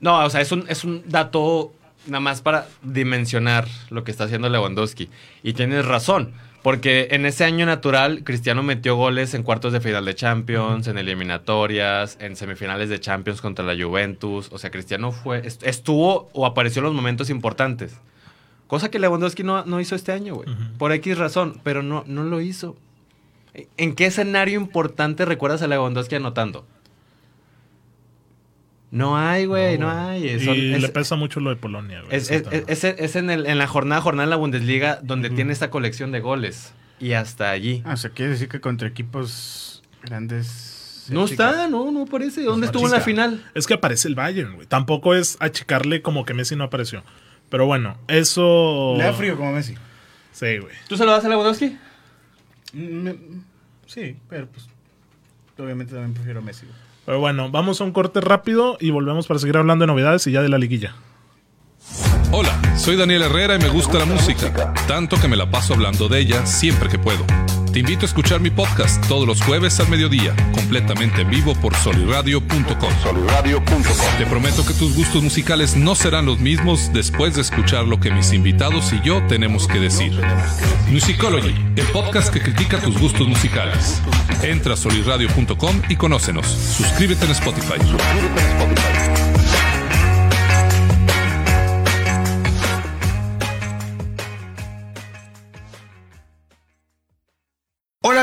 B: No, o sea, es un, es un dato nada más para dimensionar lo que está haciendo Lewandowski. Y tienes razón, porque en ese año natural Cristiano metió goles en cuartos de final de Champions, en eliminatorias, en semifinales de Champions contra la Juventus. O sea, Cristiano fue est- estuvo o apareció en los momentos importantes. Cosa que Lewandowski no, no hizo este año, güey.
A: Ujú.
B: Por X razón, pero no, no lo hizo. ¿En qué escenario importante recuerdas a Lewandowski anotando? No hay, güey, no, hay. Son-
A: y
B: es-
A: le pesa mucho lo de Polonia, güey.
B: es,
A: ese
B: es-
A: tema.
B: es- es en, el- en la jornada, jornada de la Bundesliga donde tiene esta colección de goles. Y hasta allí.
C: Ah, o sea, quiere decir que contra equipos grandes.
B: no
C: se achica.
B: está, no, no aparece. ¿Dónde
A: Nos
B: estuvo en la
A: machica.
B: final?
A: Es que aparece el Bayern, güey. Tampoco es achicarle como que Messi no apareció. Pero bueno, eso...
C: Le da frío como Messi.
A: Sí, güey.
B: ¿Tú se lo das a Lewandowski?
C: Mm, me- Sí, pero pues. Obviamente también prefiero a Messi. güey.
A: Pero bueno, vamos a un corte rápido y volvemos para seguir hablando de novedades y ya de la liguilla.
D: Hola, soy Daniel Herrera y me gusta la música, tanto que me la paso hablando de ella siempre que puedo. Te invito a escuchar mi podcast todos los jueves al mediodía, completamente en vivo por soliradio.com.
E: Soliradio.com.
D: Te prometo que tus gustos musicales no serán los mismos después de escuchar lo que mis invitados y yo tenemos que decir. Musicology, el podcast que critica tus gustos musicales. Entra a soliradio.com y conócenos. Suscríbete en Spotify.
F: Hola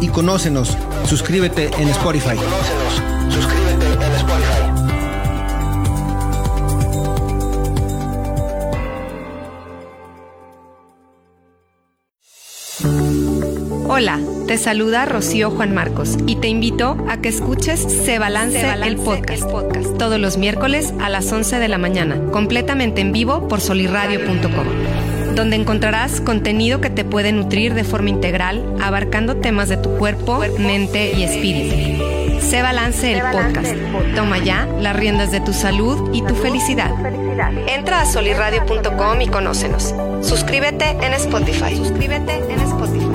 G: y conócenos. Suscríbete en Spotify.
H: Hola, te saluda Rocío Juan Marcos y te invito a que escuches Se Balance,
I: Se Balance,
H: el, podcast,
I: el podcast.
H: todos los miércoles a las 11 de la mañana, completamente en vivo por solirradio.com, donde encontrarás contenido que te puede nutrir de forma integral, abarcando temas de tu cuerpo, mente y espíritu. Se Balance el
I: Se Balance
H: podcast.
I: el podcast.
H: Toma ya las riendas de tu salud y tu felicidad. Entra a solirradio.com y conócenos. Suscríbete en Spotify. Suscríbete en Spotify.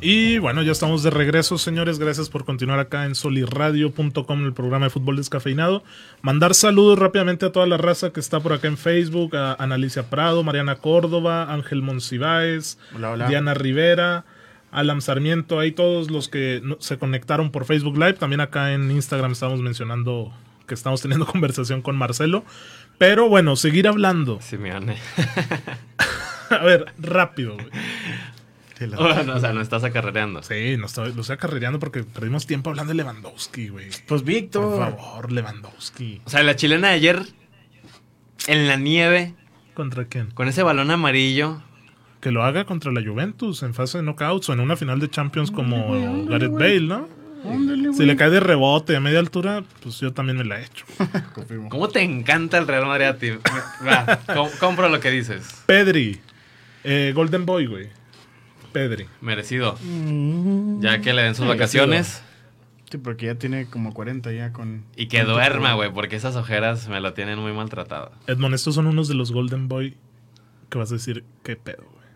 A: Y bueno, ya estamos de regreso, señores. Gracias por continuar acá en solirradio.com, el programa de fútbol descafeinado. Mandar saludos rápidamente a toda la raza que está por acá en Facebook: a Analicia Prado, Mariana Córdoba, Ángel Monsiváis,
C: Hola, hola.
A: Diana Rivera, Alam Sarmiento, ahí todos los que no- se conectaron por Facebook Live. También acá en Instagram estamos mencionando que estamos teniendo *laughs* conversación con Marcelo. Pero bueno, seguir hablando. *laughs*
B: Simeone. *laughs*
A: A ver, rápido.
C: *laughs*
A: güey.
B: o sea, no estás acarreando.
A: Sí, no estoy, lo estoy acarreando porque perdimos tiempo hablando de Lewandowski, güey.
C: Pues
A: Por
C: Víctor.
A: favor, Lewandowski.
B: O sea, la chilena de ayer en la nieve,
A: ¿Contra quién?
B: con ese balón amarillo.
A: Que lo haga contra la Juventus en fase de knockouts o en una final de Champions como Gareth Bale, ¿no? Si le cae de rebote a media altura, pues yo también me la he hecho.
B: ¿Cómo te encanta el Real Madrid a ti? Va, com- compro lo que dices.
A: Pedri. Eh, Golden Boy, güey. Pedri.
B: Merecido. Ya que le den sus vacaciones
C: Sí, porque ya tiene como 40 ya con.
B: y que duerma, güey, porque esas ojeras me lo tienen muy maltratado.
A: Edmond, estos son unos de los Golden Boy que vas a decir, qué pedo, güey.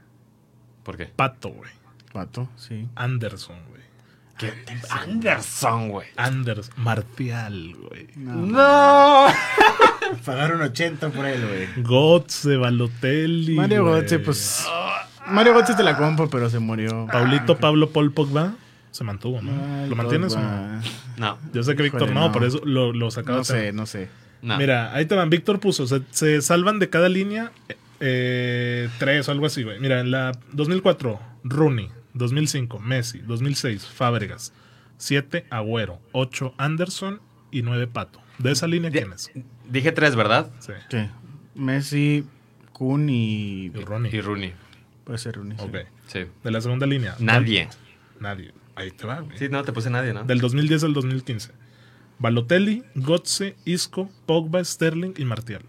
B: ¿Por qué?
A: Pato, güey.
C: Pato, sí.
A: Anderson, güey.
B: Anderson, güey.
A: Anders, Martial, güey.
B: No.
C: Pagaron 80 por él, güey.
A: Gotze, Balotelli.
C: Mario
A: güey.
C: Götze, pues. Mario Götze te la compro, pero se murió.
A: Paulito Pablo Paul Pogba se mantuvo, ¿no?
C: Ah, Ay,
A: ¿Lo mantienes o no?
C: Pogba.
B: No,
A: Yo sé que Víctor
C: Híjole,
A: no,
C: no.
A: por eso lo, lo sacaba.
C: No sé, no sé.
B: no.
A: Mira, ahí te van. Víctor puso, se, se salvan de cada línea eh, eh, tres o algo así, güey. Mira, en la 2004, Rooney. 2005, Messi. 2006, Fábregas. 7, Agüero. 8, Anderson. Y 9, Pato. De esa línea,
B: Di-
A: ¿quién es?
B: Dije tres, ¿verdad?
A: Sí.
C: Sí. Messi, Kun y.
A: Y Rooney.
B: Y Rooney.
C: Puede ser Rooney. sí.
A: Ok.
B: Sí.
A: De la segunda línea.
B: Nadie.
A: Nadie. Ahí te va, güey.
B: Sí, no, te puse nadie, ¿no?
A: Del 2010 al 2015. Balotelli, Gotze, Isco, Pogba, Sterling y Martial.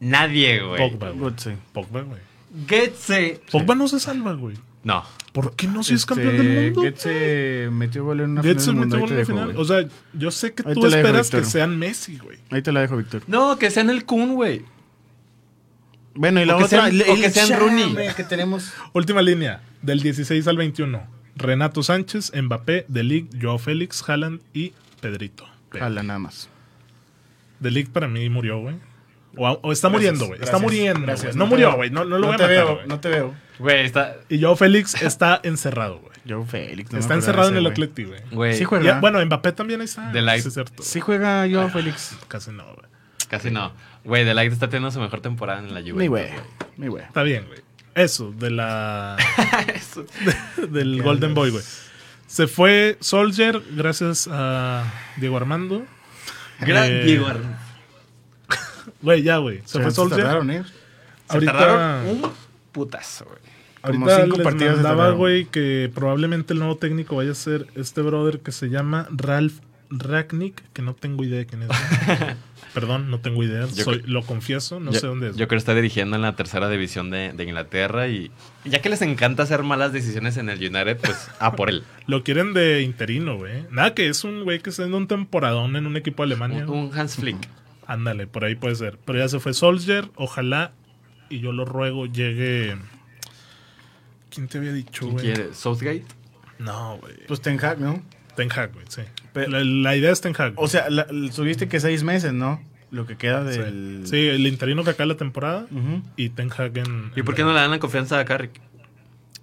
B: Nadie, güey.
A: Pogba, güey.
C: Götze.
A: Pogba, güey.
B: Getze.
A: Pogba no se salva, güey.
B: No.
A: ¿Por qué no si es
C: Este,
A: campeón del mundo?
C: Götze metió gol en una final.
A: Getson
C: del mundo,
A: metió
C: ahí
A: gol
C: te
A: en la
C: dejo,
A: final.
C: güey.
A: O sea, yo sé que
C: Ahí
A: tú
C: te la dejo,
A: esperas que
C: Víctor.
A: sean Messi, güey.
C: Ahí te la dejo, Víctor.
B: No, que sean el Kun, güey.
C: Bueno, y la
B: O que
C: otra.
B: sean-
C: el-
B: o que
C: el-
B: sean
C: Chame,
B: Rooney.
C: Que tenemos.
A: Última línea, del 16 al 21. Renato Sánchez, Mbappé, De Ligt, Joao Félix, Haaland y Pedrito. Pedro.
C: Jala, nada más.
A: De Ligt para mí murió, güey. O, o está muriendo, güey. Está muriendo. güey. No,
C: te
A: murió,
C: veo.
A: güey. No, no lo voy a
C: te
A: matar,
C: veo,
A: güey.
C: No te veo.
B: Güey, está.
A: Y Joao Félix está *laughs* encerrado, güey.
C: Yo, Félix. no me
A: está
C: acuerdo
A: encerrado
C: de
A: en el
C: ese, güey.
A: Atleti, güey.
B: Güey,
C: Sí juega.
A: Ya, Bueno, Mbappé también ahí está.
B: De la-
A: sí, es cierto. Ah,
C: Sí juega yo, Félix.
A: Casi no, güey.
B: casi no. Güey, The Light está teniendo su mejor temporada en la Juventus.
C: Mi güey. Mi güey.
A: Está bien, güey. Eso, de
B: *laughs*
A: la.
B: Eso.
A: del Golden Boy, güey. Se fue Soldier, gracias a Diego Armando.
B: *laughs* Gran
A: Eh,
B: Diego Armando.
A: Güey, ya, güey. Se fue
C: Se
A: Soldier.
C: tardaron, ¿eh?
B: Se
A: Ahorita-
B: tardaron un putazo, güey.
C: Como
A: Ahorita
C: cinco
A: les
C: partidos se
A: mandaba,
C: tardaron.
A: güey, que probablemente el nuevo técnico vaya a ser este brother que se llama Ralph Racknick, que no tengo idea de quién es.
C: *laughs*
A: güey. Perdón, no tengo idea.
B: Yo
A: Soy-
B: cre-
A: lo confieso, no
B: yo,
A: sé dónde es.
B: Yo creo que está dirigiendo en la tercera división de, de Inglaterra y ya que les encanta hacer malas decisiones en el United, pues a por
A: *laughs*
B: él.
A: Lo quieren de interino, güey. Nada, que es un güey que está en un temporadón en un equipo de Alemania.
B: Un, un Hans Flick.
A: Ándale, por ahí puede ser. Pero ya se fue Solskjaer. Ojalá, y yo lo ruego, llegue. ¿Quién te había dicho,
B: ¿Quién
A: güey?
B: quiere? ¿Southgate?
A: No, güey.
C: Pues Ten Hag, ¿no?
A: Ten Hag, güey, sí.
C: Pe-
A: la, la idea es Ten Hag.
C: O sea, la- subiste que seis meses, ¿no? Lo que queda
A: Sí.
C: del...
A: Sí, el interino que acaba la temporada
C: Ujú.
A: y Ten Hag en.
B: ¿Y por qué no le dan la confianza a Carrick?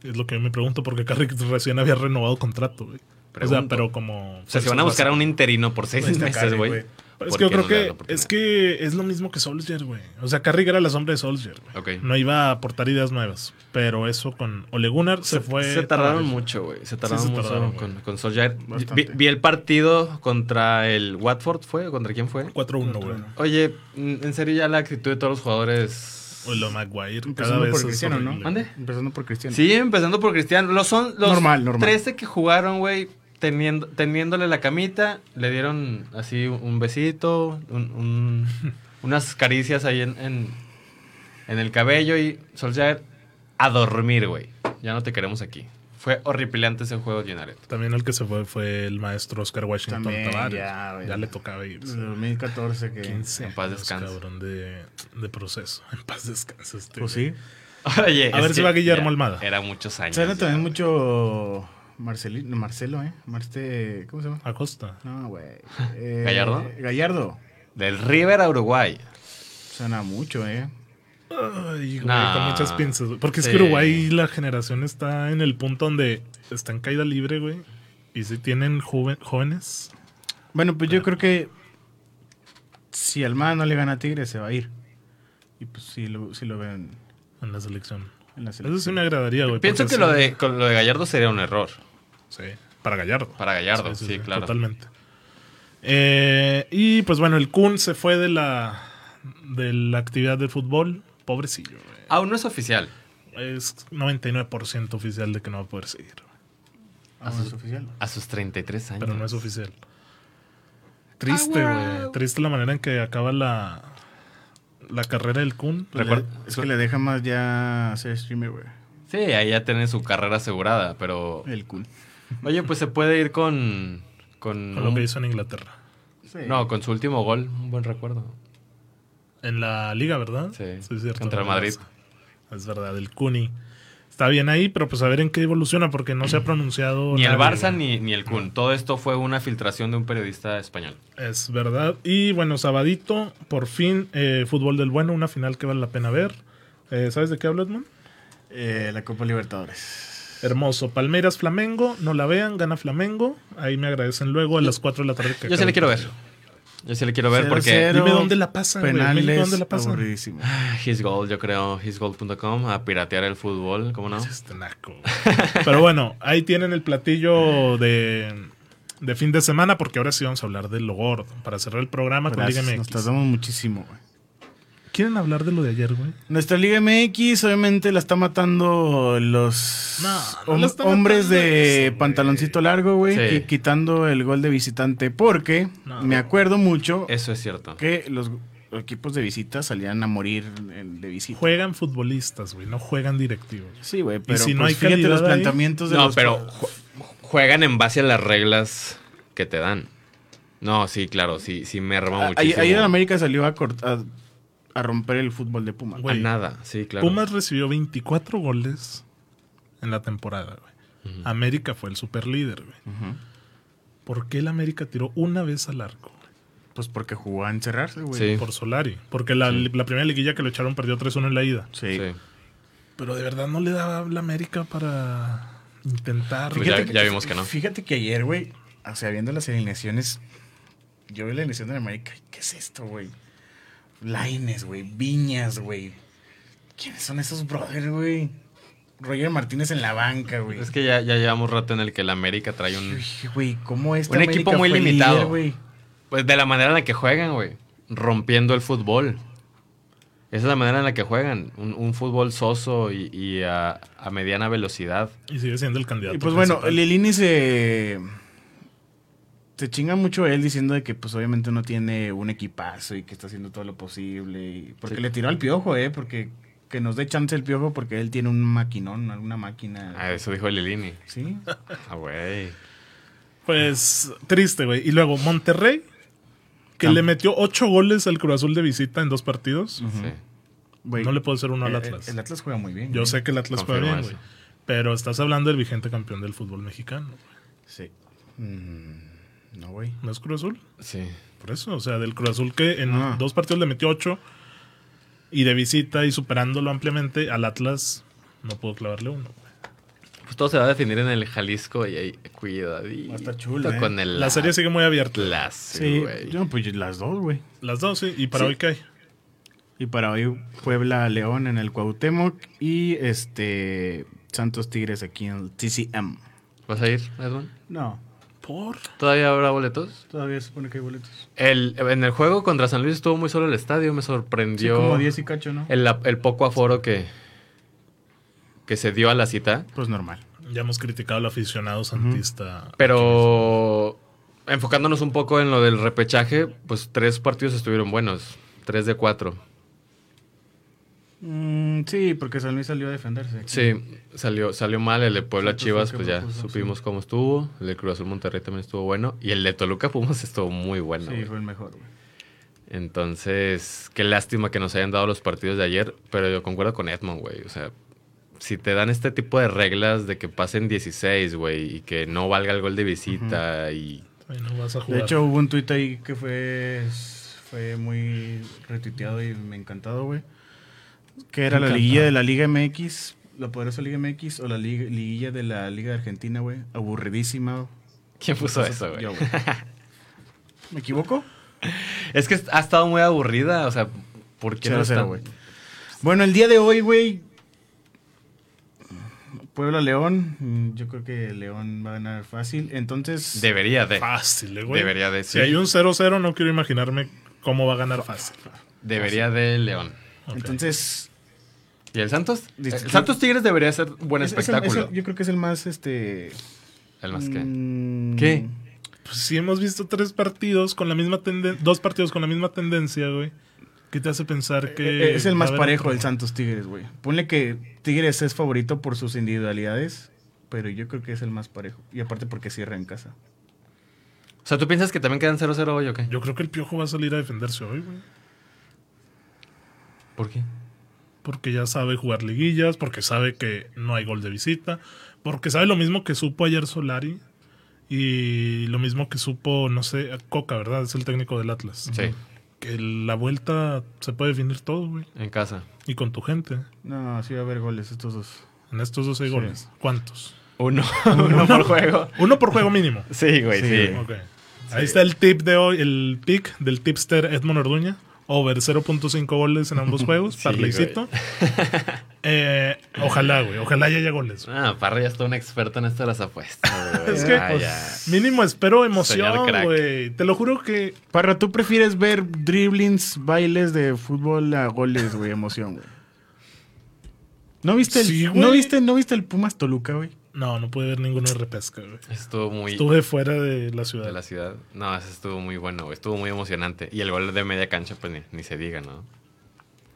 A: Es lo que yo me pregunto, porque Carrick recién había renovado contrato, güey. O sea,
B: Pregunto.
A: pero como. pues,
B: O sea, si van a buscar a un interino por seis
A: Ahí pues, está
B: meses,
A: Carrick,
B: güey.
A: Pero es
B: ¿por
A: que yo
B: qué
A: creo
B: no le dan la
A: que
B: oportunidad?
A: es que es lo mismo que Solskjaer, güey. O sea, Carrick era la sombra de Solskjaer, güey.
B: Ok.
A: No iba a aportar ideas nuevas. Pero eso con Ole Gunnar se, fue.
B: Se tardaron mucho, güey. Se tardaron
A: se
B: mucho
A: tardaron,
B: con,
A: güey.
B: con Solskjaer. Vi,
C: Bastante.
B: vi el partido contra el Watford, ¿fue? ¿O ¿Contra quién fue?
A: 4-1, güey.
B: Oye, mm, en serio ya la actitud de todos los jugadores...
A: O lo Maguire. Cada
C: Empezando
A: vez
C: por
A: es
C: Cristiano, ¿no?
A: horrible.
B: ¿Mande?
C: Empezando por Cristiano.
B: Sí, empezando por Cristiano. Los, son, los
C: Normal, normal.
B: 13 que jugaron, güey, teniendo, teniéndole la camita, le dieron así un besito,
A: *laughs*
B: un- un- unas caricias ahí en, en, en el cabello y Solskjaer a dormir, güey. Ya no te queremos aquí. Fue horripilante ese juego de *laughs* United.
A: También el que se fue fue el maestro Oscar Washington
C: También,
A: Tavares.
C: ya,
A: Ya,
C: güey.
A: le tocaba irse.
C: En 2014 que...
A: 15
B: En paz
A: años,
B: descanse.
A: Cabrón de, de proceso. *laughs* En paz descanse. Este
C: Pues
A: güey.
C: sí.
B: Oye,
A: A
B: es
A: ver si
B: que
A: va Guillermo
B: ya
A: Almada.
B: Era muchos años.
C: Sale
B: ya,
C: también
B: güey.
C: mucho Marcelino, Marcelo, ¿eh? Marte, ¿Cómo se llama?
A: Acosta.
C: No, güey. Eh,
B: ¿Gallardo?
C: Gallardo.
B: Del River a Uruguay.
C: Suena mucho, ¿eh?
A: Ay, güey,
B: Nah.
A: con muchas pinzas. güey. Porque es
B: Sí.
A: que Uruguay la generación está en el punto donde está en caída libre, güey. Y si tienen joven- jóvenes.
C: Bueno, pues yo creo que si Almada no le gana a Tigres, se va a ir. Y pues sí lo, sí lo ven
A: En la selección.
C: en la selección.
A: Eso sí me agradaría, güey.
B: Pienso
A: porque
B: que lo
A: sí-
B: de, con lo de Gallardo sería un error.
A: Sí, para Gallardo.
B: Para Gallardo, sí, claro.
A: Totalmente. Eh, y pues bueno, el Kun se fue de la, de la actividad de fútbol. Pobrecillo, güey.
B: Aún no es oficial.
A: Es 99% oficial de que no va a poder seguir.
C: Ah, no es oficial.
B: A sus 33 años.
A: Pero no es oficial. Triste, güey. Triste la manera en que acaba la, la carrera del Kun.
C: Pues
B: Recuer-
C: le- es que le deja más ya ser streamer, güey.
B: Sí, ahí ya tiene su carrera asegurada, pero...
C: El cool.
B: Oye, pues se puede ir con... Con,
A: Con lo que hizo en Inglaterra.
C: Sí.
B: No, con su último gol, un buen recuerdo.
A: En la liga, ¿verdad?
B: Sí,
A: es cierto.
B: contra el Madrid.
A: Es verdad, el Cuni. Está bien ahí, pero pues a ver en qué evoluciona, porque no se ha pronunciado.
B: Ni el
A: nadie,
B: Barça
A: güey.
B: ni, ni el Kun. Todo esto fue una filtración de un periodista español.
A: Es verdad. Y bueno, sabadito, por fin, eh, fútbol del bueno, una final que vale la pena ver. Eh, ¿Sabes de qué hablo, Edmond?
C: Eh, la Copa Libertadores.
A: Hermoso. Palmeiras, Flamengo, no la vean, gana Flamengo. Ahí me agradecen luego a las 4 de la tarde. que
B: Yo sí
A: acabe
B: le
A: el
B: quiero ver.
A: partido.
B: Yo sí le quiero ver
C: Cero,
B: porque...
C: cero,
A: Dime dónde la pasan, güey.
C: Penales,
A: México, ¿dónde la pasan?
C: aburridísimo.
B: His Gold, yo creo, hisgold.com, a piratear el fútbol, ¿cómo no?
A: Este naco. Pero bueno, ahí tienen el platillo de, de fin de semana, porque ahora sí vamos a hablar de lo gordo. Para cerrar el programa con Liga
C: Gracias, nos
A: MX.
C: tardamos muchísimo, güey.
A: ¿Quieren hablar de lo de ayer, güey?
C: Nuestra Liga MX obviamente la está matando los
A: No, no
C: hom-
A: la está
C: hombres
A: matando
C: de
A: eso, güey.
C: pantaloncito largo, güey,
B: Sí.
C: qui- quitando el gol de visitante, porque
A: No.
C: me acuerdo mucho
B: Eso es cierto.
C: que los equipos de visita salían a morir en- de visita.
A: Juegan futbolistas, güey, no juegan directivos.
C: Sí, güey, pero
A: si no
C: pues,
A: hay
C: fíjate
A: calidad
C: los
A: ahí?
C: planteamientos de
B: No,
C: los-
B: pero ju- juegan en base a las reglas que te dan. No, sí, claro, sí, sí merma
C: A-
B: muchísimo.
C: ayer ayer Ah, en América salió a, cort- a, a romper el fútbol de Puma.
B: A
A: Güey,
B: nada, sí, claro.
A: Pumas recibió 24 goles en la temporada, güey. América fue el superlíder, güey. ¿Por qué el América tiró una vez al arco?
C: Pues porque jugó a encerrarse, güey.
B: Sí.
A: Por Solari. Porque la, la primera liguilla que lo echaron perdió 3-1 en la ida.
C: Sí.
B: Sí.
A: Pero de verdad no le daba la América para intentar.
B: Pues ya- ya vimos que no.
C: Fíjate que ayer, güey, o sea, viendo las alineaciones, yo vi la alineación de la América. ¿Qué es esto, güey? Laines, güey. Viñas, güey. ¿Quiénes son esos brothers, güey? Roger Martínez en la banca, güey.
B: Es que ya, ya llevamos rato en el que el América trae un...
C: Uy, Güey, ¿cómo este es
B: Un equipo muy limitado. Pues de la manera en la que juegan, güey. Rompiendo el fútbol. Esa es la manera en la que juegan. Un, un fútbol soso y, y a, a mediana velocidad.
C: pues
A: Y sigue siendo el candidato.
C: Y pues bueno,
A: principal.
C: Lilini se. se chinga mucho él diciendo de que pues obviamente no tiene un equipazo y que está haciendo todo lo posible. y- porque le tiró al piojo, ¿eh? Porque que nos dé chance el piojo porque él tiene un maquinón, alguna máquina.
B: Ah, eso dijo Lilini.
A: *laughs*
C: Sí.
B: Ah, güey.
A: Pues triste, güey. Y luego Monterrey, que le metió ocho goles al Cruz Azul de visita en dos partidos.
B: Sí. Eh,
C: Güey,
A: No le puedo hacer uno al
C: el-
A: Atlas.
C: El, el Atlas juega muy bien.
A: Yo
C: güey.
A: sé que el Atlas juega
B: Confirmo
A: bien, güey.
B: eso.
A: Pero estás hablando del vigente campeón del fútbol mexicano. güey.
C: Sí. Mm, no, güey.
A: ¿No es Cruz Azul?
B: Sí.
A: Por eso, o sea, del Cruz Azul que en
C: Ah.
A: dos partidos le metió ocho y de visita y superándolo ampliamente al Atlas no pudo clavarle uno. güey.
B: Pues todo se va a definir en el Jalisco y ahí, cuidadito.
C: Va a estar chulo, ¿eh?
B: Con el
A: La serie sigue muy abierta.
B: Atlas,
C: Sí,
B: sí, güey.
C: yo, pues las dos, güey.
A: Las dos, sí. ¿Y para
C: Sí.
A: hoy qué hay?
C: Y para hoy Puebla León en el Cuauhtémoc y este Santos Tigres aquí en el TCM.
B: ¿Vas a ir, Edwin?
C: No,
A: Por.
B: ¿Todavía habrá boletos?
C: todavía se supone que hay boletos.
B: El, en el juego contra San Luis estuvo muy solo el estadio, me
C: Sí,
B: sorprendió
C: como 10 y cacho, ¿no?
B: el, el poco aforo que, que se dio a la cita.
C: Pues normal.
A: Ya hemos criticado al aficionado santista.
B: Pero enfocándonos un poco en lo del repechaje, pues tres partidos estuvieron buenos, tres de cuatro.
C: Mm, sí, porque San Luis salió a defenderse.
B: Sí, salió, salió mal el de Puebla
C: Sí, pues,
B: Chivas,
C: fue
B: pues
C: que
B: ya
C: me puso,
B: supimos cómo estuvo. El de Cruz Azul Monterrey también estuvo bueno. Y el de Toluca Pumas estuvo muy bueno.
C: Sí,
B: güey.
C: fue el mejor, güey.
B: Entonces, qué lástima que nos hayan dado los partidos de ayer, pero yo concuerdo con Edmond, güey. O sea, si te dan este tipo de reglas de que pasen 16, güey, y que no valga el gol de visita y...
A: Ay, no vas a jugar.
C: De hecho, hubo un tuit ahí que fue, fue muy retuiteado y me encantado, güey. Que era la liguilla de la Liga MX, la poderosa Liga MX o la liga- liguilla de la Liga de Argentina, güey. Aburridísima.
B: ¿Quién puso eso, güey?
C: Yo,
B: *laughs*
C: güey. ¿Me equivoco?
B: Es que ha estado muy aburrida, o sea, ¿por qué
C: Cero,
B: no
C: cero,
B: está?
C: güey. Bueno, el día de hoy, güey. Puebla León, mm, yo creo que León va a ganar fácil. Entonces,
B: Debería de.
A: Fácil, eh, güey.
B: Debería de, sí.
A: Si hay un 0-0, no quiero imaginarme cómo va a ganar fácil.
B: Debería de León.
A: Ok.
C: entonces
B: ¿Y el Santos? El
C: Dice-
B: Santos Tigres debería ser buen
C: es- es el-
B: espectáculo.
C: es el- yo creo que es el más este
B: el más que...
C: mm,
B: ¿Qué?
A: Pues si hemos visto tres partidos con la misma tendencia, dos partidos con la misma tendencia, güey. ¿Qué te hace pensar que
C: Eh, Es el
A: va
C: más
A: a haber
C: parejo
A: otro?
C: el Santos Tigres, güey. Ponle que Tigres es favorito por sus individualidades, pero yo creo que es el más parejo. Y aparte porque cierra en casa.
B: O sea, ¿tú piensas que también quedan 0-0 hoy o qué?
A: Yo creo que el piojo va a salir a defenderse hoy, güey.
B: ¿Por qué?
A: Porque ya sabe jugar liguillas, porque sabe que no hay gol de visita, porque sabe lo mismo que supo ayer Solari y lo mismo que supo, no sé, Coca, ¿verdad? Es el técnico del Atlas.
B: Sí,
A: Que la vuelta se puede definir todo, güey.
B: en casa.
A: Y con tu gente.
C: No, sí va a haber goles estos dos.
A: En estos 12 goles. ¿Cuántos?
B: Uno, *laughs* uno por juego.
A: *laughs* Uno por juego mínimo.
B: Sí, güey, sí.
A: Ok. Ahí está el tip de hoy, el pick del tipster Edmond Orduña. Over 0.5 goles en
B: *laughs*
A: ambos juegos,
B: Sí,
A: parleycito.
B: *laughs*
A: Eh, ojalá, güey. Ojalá ya haya goles. güey.
B: Ah, Parra ya está un experto en esto de las apuestas.
A: *laughs*
B: güey.
A: Es que,
B: Ah,
A: pues,
B: ya.
A: Mínimo espero emoción,
B: Señor crack.
A: güey. Te lo juro que
C: Parra, ¿tú prefieres ver driblings, bailes de fútbol a goles, güey? Emoción, güey. ¿No viste, el,
A: Sí, güey.
C: ¿no, viste, ¿No viste el Pumas Toluca, güey?
A: no, no pude ver ninguno de repesca, güey.
B: Estuvo muy
A: Estuve fuera de la ciudad.
B: de la ciudad. No, eso estuvo muy bueno, güey. Estuvo muy emocionante. Y el gol de media cancha, pues ni, ni se diga, ¿no?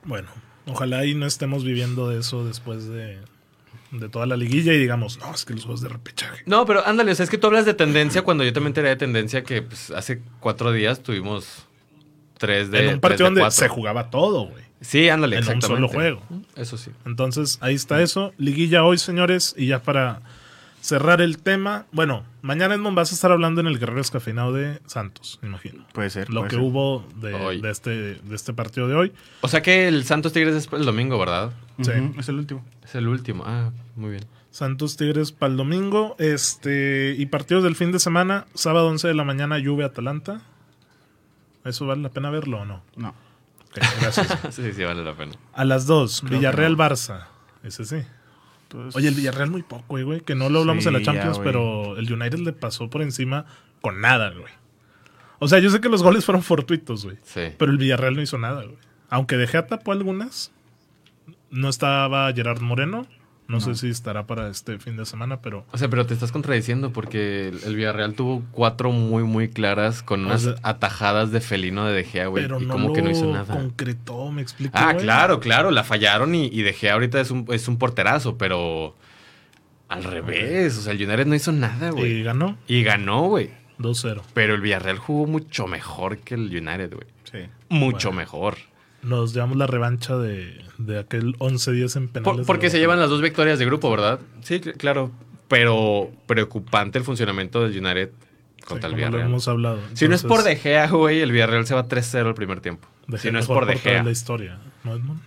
A: Bueno, ojalá y no estemos viviendo de eso después de, de toda la liguilla y digamos, no, es que los juegos de repechaje.
B: No, pero ándale, o sea, es que tú hablas de tendencia cuando yo también te de tendencia que pues, hace cuatro días tuvimos tres de.
A: en un partido
B: tres de
A: donde
B: cuatro.
A: se jugaba todo, güey.
B: Sí, ándale,
A: en un
B: exactamente.
A: solo juego.
B: Eso sí.
A: Entonces, ahí está eso. Liguilla hoy, señores. Y ya para cerrar el tema. Bueno, mañana Edmond vas a estar hablando en el Guerrero Escafeinado de Santos, me imagino.
C: Puede ser.
A: Lo
C: puede
A: que
C: ser.
A: hubo de,
B: Hoy.
A: de este, de este partido de hoy.
B: O sea que el Santos Tigres es el domingo, ¿verdad?
A: Sí.
C: Ujú, Es el último.
B: Es el último. Ah, muy bien. *laughs*
A: Santos Tigres para el domingo. Este, y partidos del fin de semana. Sábado 11 de la mañana, Juve Atalanta. ¿Eso vale la pena verlo o no?
C: No.
A: Ok, gracias.
C: *laughs*
B: sí, sí, vale la pena.
A: A las 2, Villarreal Barça. Ese sí.
C: Entonces,
A: Oye, el Villarreal muy poco, güey, güey. Que no lo hablamos
C: Pues Sí,
A: en la
C: ya,
A: Champions,
C: güey.
A: pero el United le pasó por encima con nada, güey. O sea, yo sé que los goles fueron fortuitos, güey.
B: Sí.
A: Pero el Villarreal no hizo nada, güey. Aunque De Gea tapó algunas, no estaba Gerard Moreno, No, sé si estará para este fin de semana, pero
B: O sea, pero te estás contradiciendo porque el, el Villarreal tuvo cuatro muy, muy claras con unas
A: sea-
B: atajadas de felino de De Gea, güey.
A: pero
B: Y
A: no
B: como
A: lo
B: que no hizo nada.
A: concretó, me explico.
B: Ah,
A: güey?
B: claro, claro, la fallaron y, y De Gea ahorita es un, es un porterazo, pero al revés. O sea, el United no hizo nada,
A: Y
B: güey.
A: ganó
B: Y ganó, güey.
A: 2-0.
B: Pero el Villarreal jugó mucho mejor que el United, güey.
C: Sí.
B: Mucho mejor.
A: Nos llevamos la revancha de, de aquel 11-10 en
B: Por-
A: penales. de
B: porque se
A: Boca.
B: llevan las dos victorias de grupo, ¿verdad? Sí, cl- claro. Pero preocupante el funcionamiento del United contra
A: Sí,
B: el
A: como lo
B: Villarreal.
A: hemos hablado.
B: Si no es por
A: Entonces,
B: De Gea, güey, el Villarreal se va 3-0 el primer tiempo.
A: De
B: si
A: Gea,
B: no es
A: mejor
B: por De
A: portero
B: Gea.
A: la historia, ¿no, Edmond?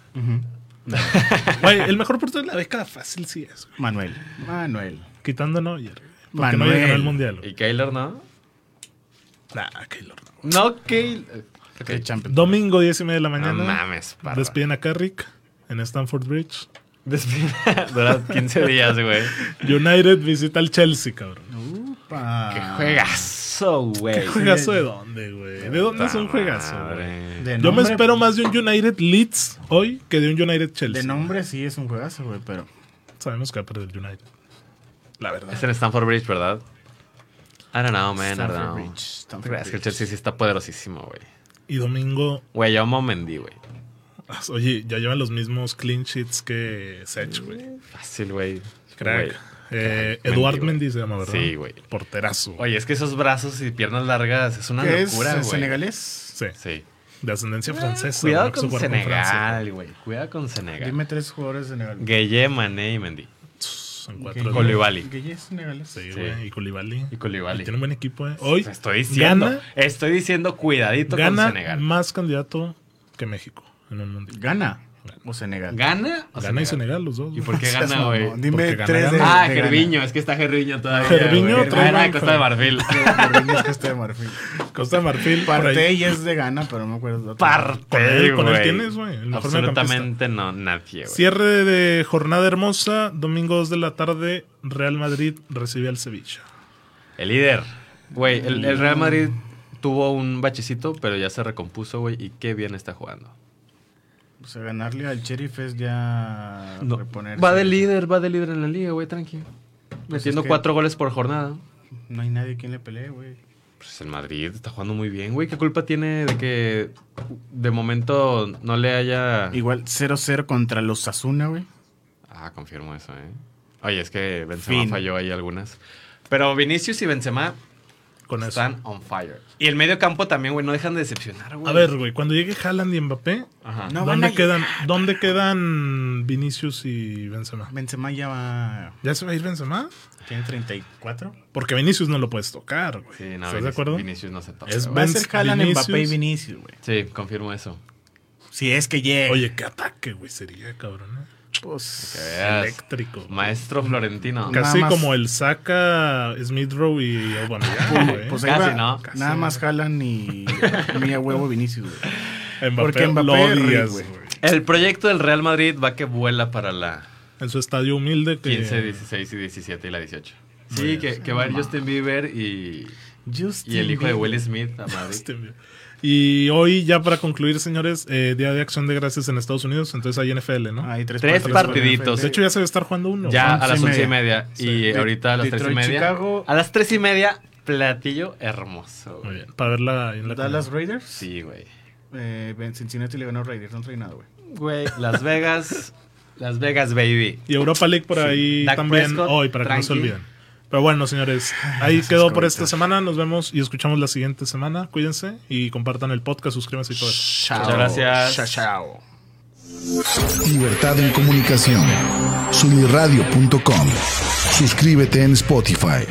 A: Güey, el mejor portero de la década fácil sí es, güey.
C: Manuel. Manuel.
A: Quitando a Neuer. Porque
C: Manuel.
A: Neuer ganó el mundial. güey.
B: ¿Y Kyler no?
A: Nah, Keylor no.
B: No, Kyler.
C: De Champions.
A: Domingo, 10 y media de la
B: No
A: mañana.
B: mames, parra.
A: Despiden a Carrick en Stamford Bridge.
B: Despide- *laughs* Dura 15 días, güey.
A: United visita al Chelsea, cabrón.
B: Qué
C: Ah.
B: juegazo, güey.
A: ¿Juegazo de dónde, güey? ¿De dónde es un juegazo, güey?
B: Madre.
C: De
A: Yo me
C: nombre-
A: espero más de un United Leeds hoy que de un United Chelsea.
C: De nombre sí es un juegazo, güey, pero.
A: Sabemos que va a perder el United. La verdad.
B: Es en Stanford Bridge, ¿verdad? I don't know, man. I don't
C: Stamford
B: know.
C: Bridge, Stamford
B: Es que el Chelsea sí está poderosísimo, güey.
A: Y domingo,
B: Güey, yo amo a Mendy, güey.
A: oye, ya llevan los mismos clean sheets que Sech, güey.
B: Fácil, güey.
A: Crack.
B: Güey.
A: Eh,
B: Mendy,
A: Eduard
B: güey.
A: Mendy se llama, ¿verdad?
B: Sí, güey.
A: Porterazo. güey.
B: Oye, es que esos brazos y piernas largas es una
C: ¿Qué es?
B: locura, güey.
C: ¿Senegalés?
A: Sí.
B: Sí.
A: De ascendencia francesa.
B: Ah, Cuidado
A: güey, que
B: con
A: se juega Francia.
B: Senegal, güey. Cuidado con Senegal.
C: Dime tres jugadores senegalés.
B: Gueye, Mané y Mendy.
A: Son cuatro.
B: Coulibaly.
C: Gueye es senegalés.
A: Sí,
B: Sí.
A: güey. Y Colibali.
B: Y Coulibaly.
A: Tiene un buen equipo, eh. Hoy
B: Estoy diciendo,
A: Gana-
B: estoy diciendo cuidadito con
A: gana
B: Senegal.
A: más candidato que México en un mundial.
C: ¿Gana o Senegal?
B: ¿Gana? o
A: Gana y
B: Senegal?
A: Senegal los dos.
B: ¿Y
A: güey. *laughs*
B: por qué
C: Seas
B: gana,
C: mamón.
B: güey?
A: Porque
C: Dime
A: gana,
C: tres de.
A: gana.
B: Ah,
C: de gana.
B: Gerviño, es que está Gerviño todavía.
A: Gervinho,
B: güey.
A: trae
B: Ah, era de
A: banco.
B: Costa de Marfil.
C: Gerviño es que está
B: *laughs*
C: de marfil.
A: Costa de Marfil. por ahí.
C: Partey es de Ghana, pero no me acuerdo. del otro.
A: Con
B: Parte,
A: él- con él
B: güey.
A: tienes, güey, el mejor
B: Absolutamente no, nadie, güey.
A: Cierre de jornada hermosa. Domingo 2 de la tarde. Real Madrid recibe al Sevilla.
B: El líder. Güey, el,
A: Mm.
B: el Real Madrid tuvo un bachecito, pero ya se recompuso, güey. Y qué bien está jugando.
C: O sea, ganarle al sheriff es ya
B: No,
C: reponerse.
B: Va de líder, va de líder en la liga, güey, tranquilo.
A: Pues
B: Metiendo
C: es que-
B: cuatro goles por jornada.
C: No hay nadie quien le pelee, güey.
B: Pues el Madrid está jugando muy bien, güey. ¿Qué culpa tiene de que de momento no le haya.
C: Igual 0-0 contra los Sasuna, güey.
B: Ah, confirmo eso, ¿eh? Oye, es que Benzema
C: Fin.
B: falló ahí algunas. Pero Vinicius y Benzema
A: Con eso.
B: están on fire. Y el medio campo también, güey, no dejan de decepcionar, güey.
A: A ver, güey, cuando llegue Haaland y Mbappé,
B: Ajá.
C: No van
A: ¿dónde,
C: a
A: quedan, ¿dónde quedan Vinicius y Benzema?
C: Benzema ya va.
A: ¿Ya se va a ir Benzema?
C: Tiene 34.
A: Porque Vinicius no lo puedes tocar, güey.
B: Sí, no,
A: ¿Estás
B: Vinicius,
A: de acuerdo?
B: Vinicius no se toca.
A: Es
B: güey.
C: Va a
A: Benz,
C: ser Haaland,
A: Vinicius.
C: Mbappé y Vinicius, güey.
B: Sí, confirmo eso.
C: Si es que llega.
A: Oye, qué ataque, güey, sería, cabrón. ¿eh?
C: pues.
B: Que veas.
A: Eléctrico. güey.
B: Maestro Florentino.
C: Ca-
A: Casi
C: Nada más.
A: como el saca Smith Rowe y Aubameyang, güey.
C: Pues ahí
B: Casi,
C: va.
B: ¿no?
C: Nada más Haaland y. *laughs* Mía huevo Vinicius, güey.
A: Mbappé
C: porque Mbappé
A: lo
C: es rico,
A: odias,
C: güey.
A: güey.
B: El proyecto del Real Madrid va que vuela para la
A: En su estadio humilde que
B: 15, 16 y 17 y la 18. Sí, que, que va a ir Justin Bieber y,
C: Justin
B: y el hijo de
C: Bieber.
B: Will Smith a Madrid.
A: Este, güey. Y hoy, ya para concluir, señores, eh, Día de Acción de Gracias en Estados Unidos, entonces hay NFL, ¿no?
C: Ahí tres,
B: Tres
C: partidos.
B: partiditos.
A: De hecho, ya se debe estar jugando uno.
B: Ya
A: güey.
B: a las
C: once y
B: 11 y media. Y
C: De-
B: ahorita a las 3 y
C: Detroit,
B: media.
C: Chicago.
B: A las 3 y media, platillo hermoso. güey.
A: Muy bien, para verla en la
C: Dallas
A: comida.
C: Raiders.
B: Sí, güey.
C: Eh, Ben- Cincinnati le ganó a Raiders. No trae nada, güey.
B: Güey, Las Vegas. Las Vegas, baby.
A: Y Europa League por ahí
B: Dak
A: también
B: Prescott,
A: hoy, para que no se
B: tranqui.
A: olviden. Pero bueno, señores, ahí quedó por esta
C: Coito.
A: semana. Nos vemos y escuchamos la siguiente semana. Cuídense y compartan el podcast, suscríbanse y todo eso.
B: Muchas gracias.
C: Chao, chao.
I: Libertad en comunicación. Solirradio.com. Suscríbete en Spotify.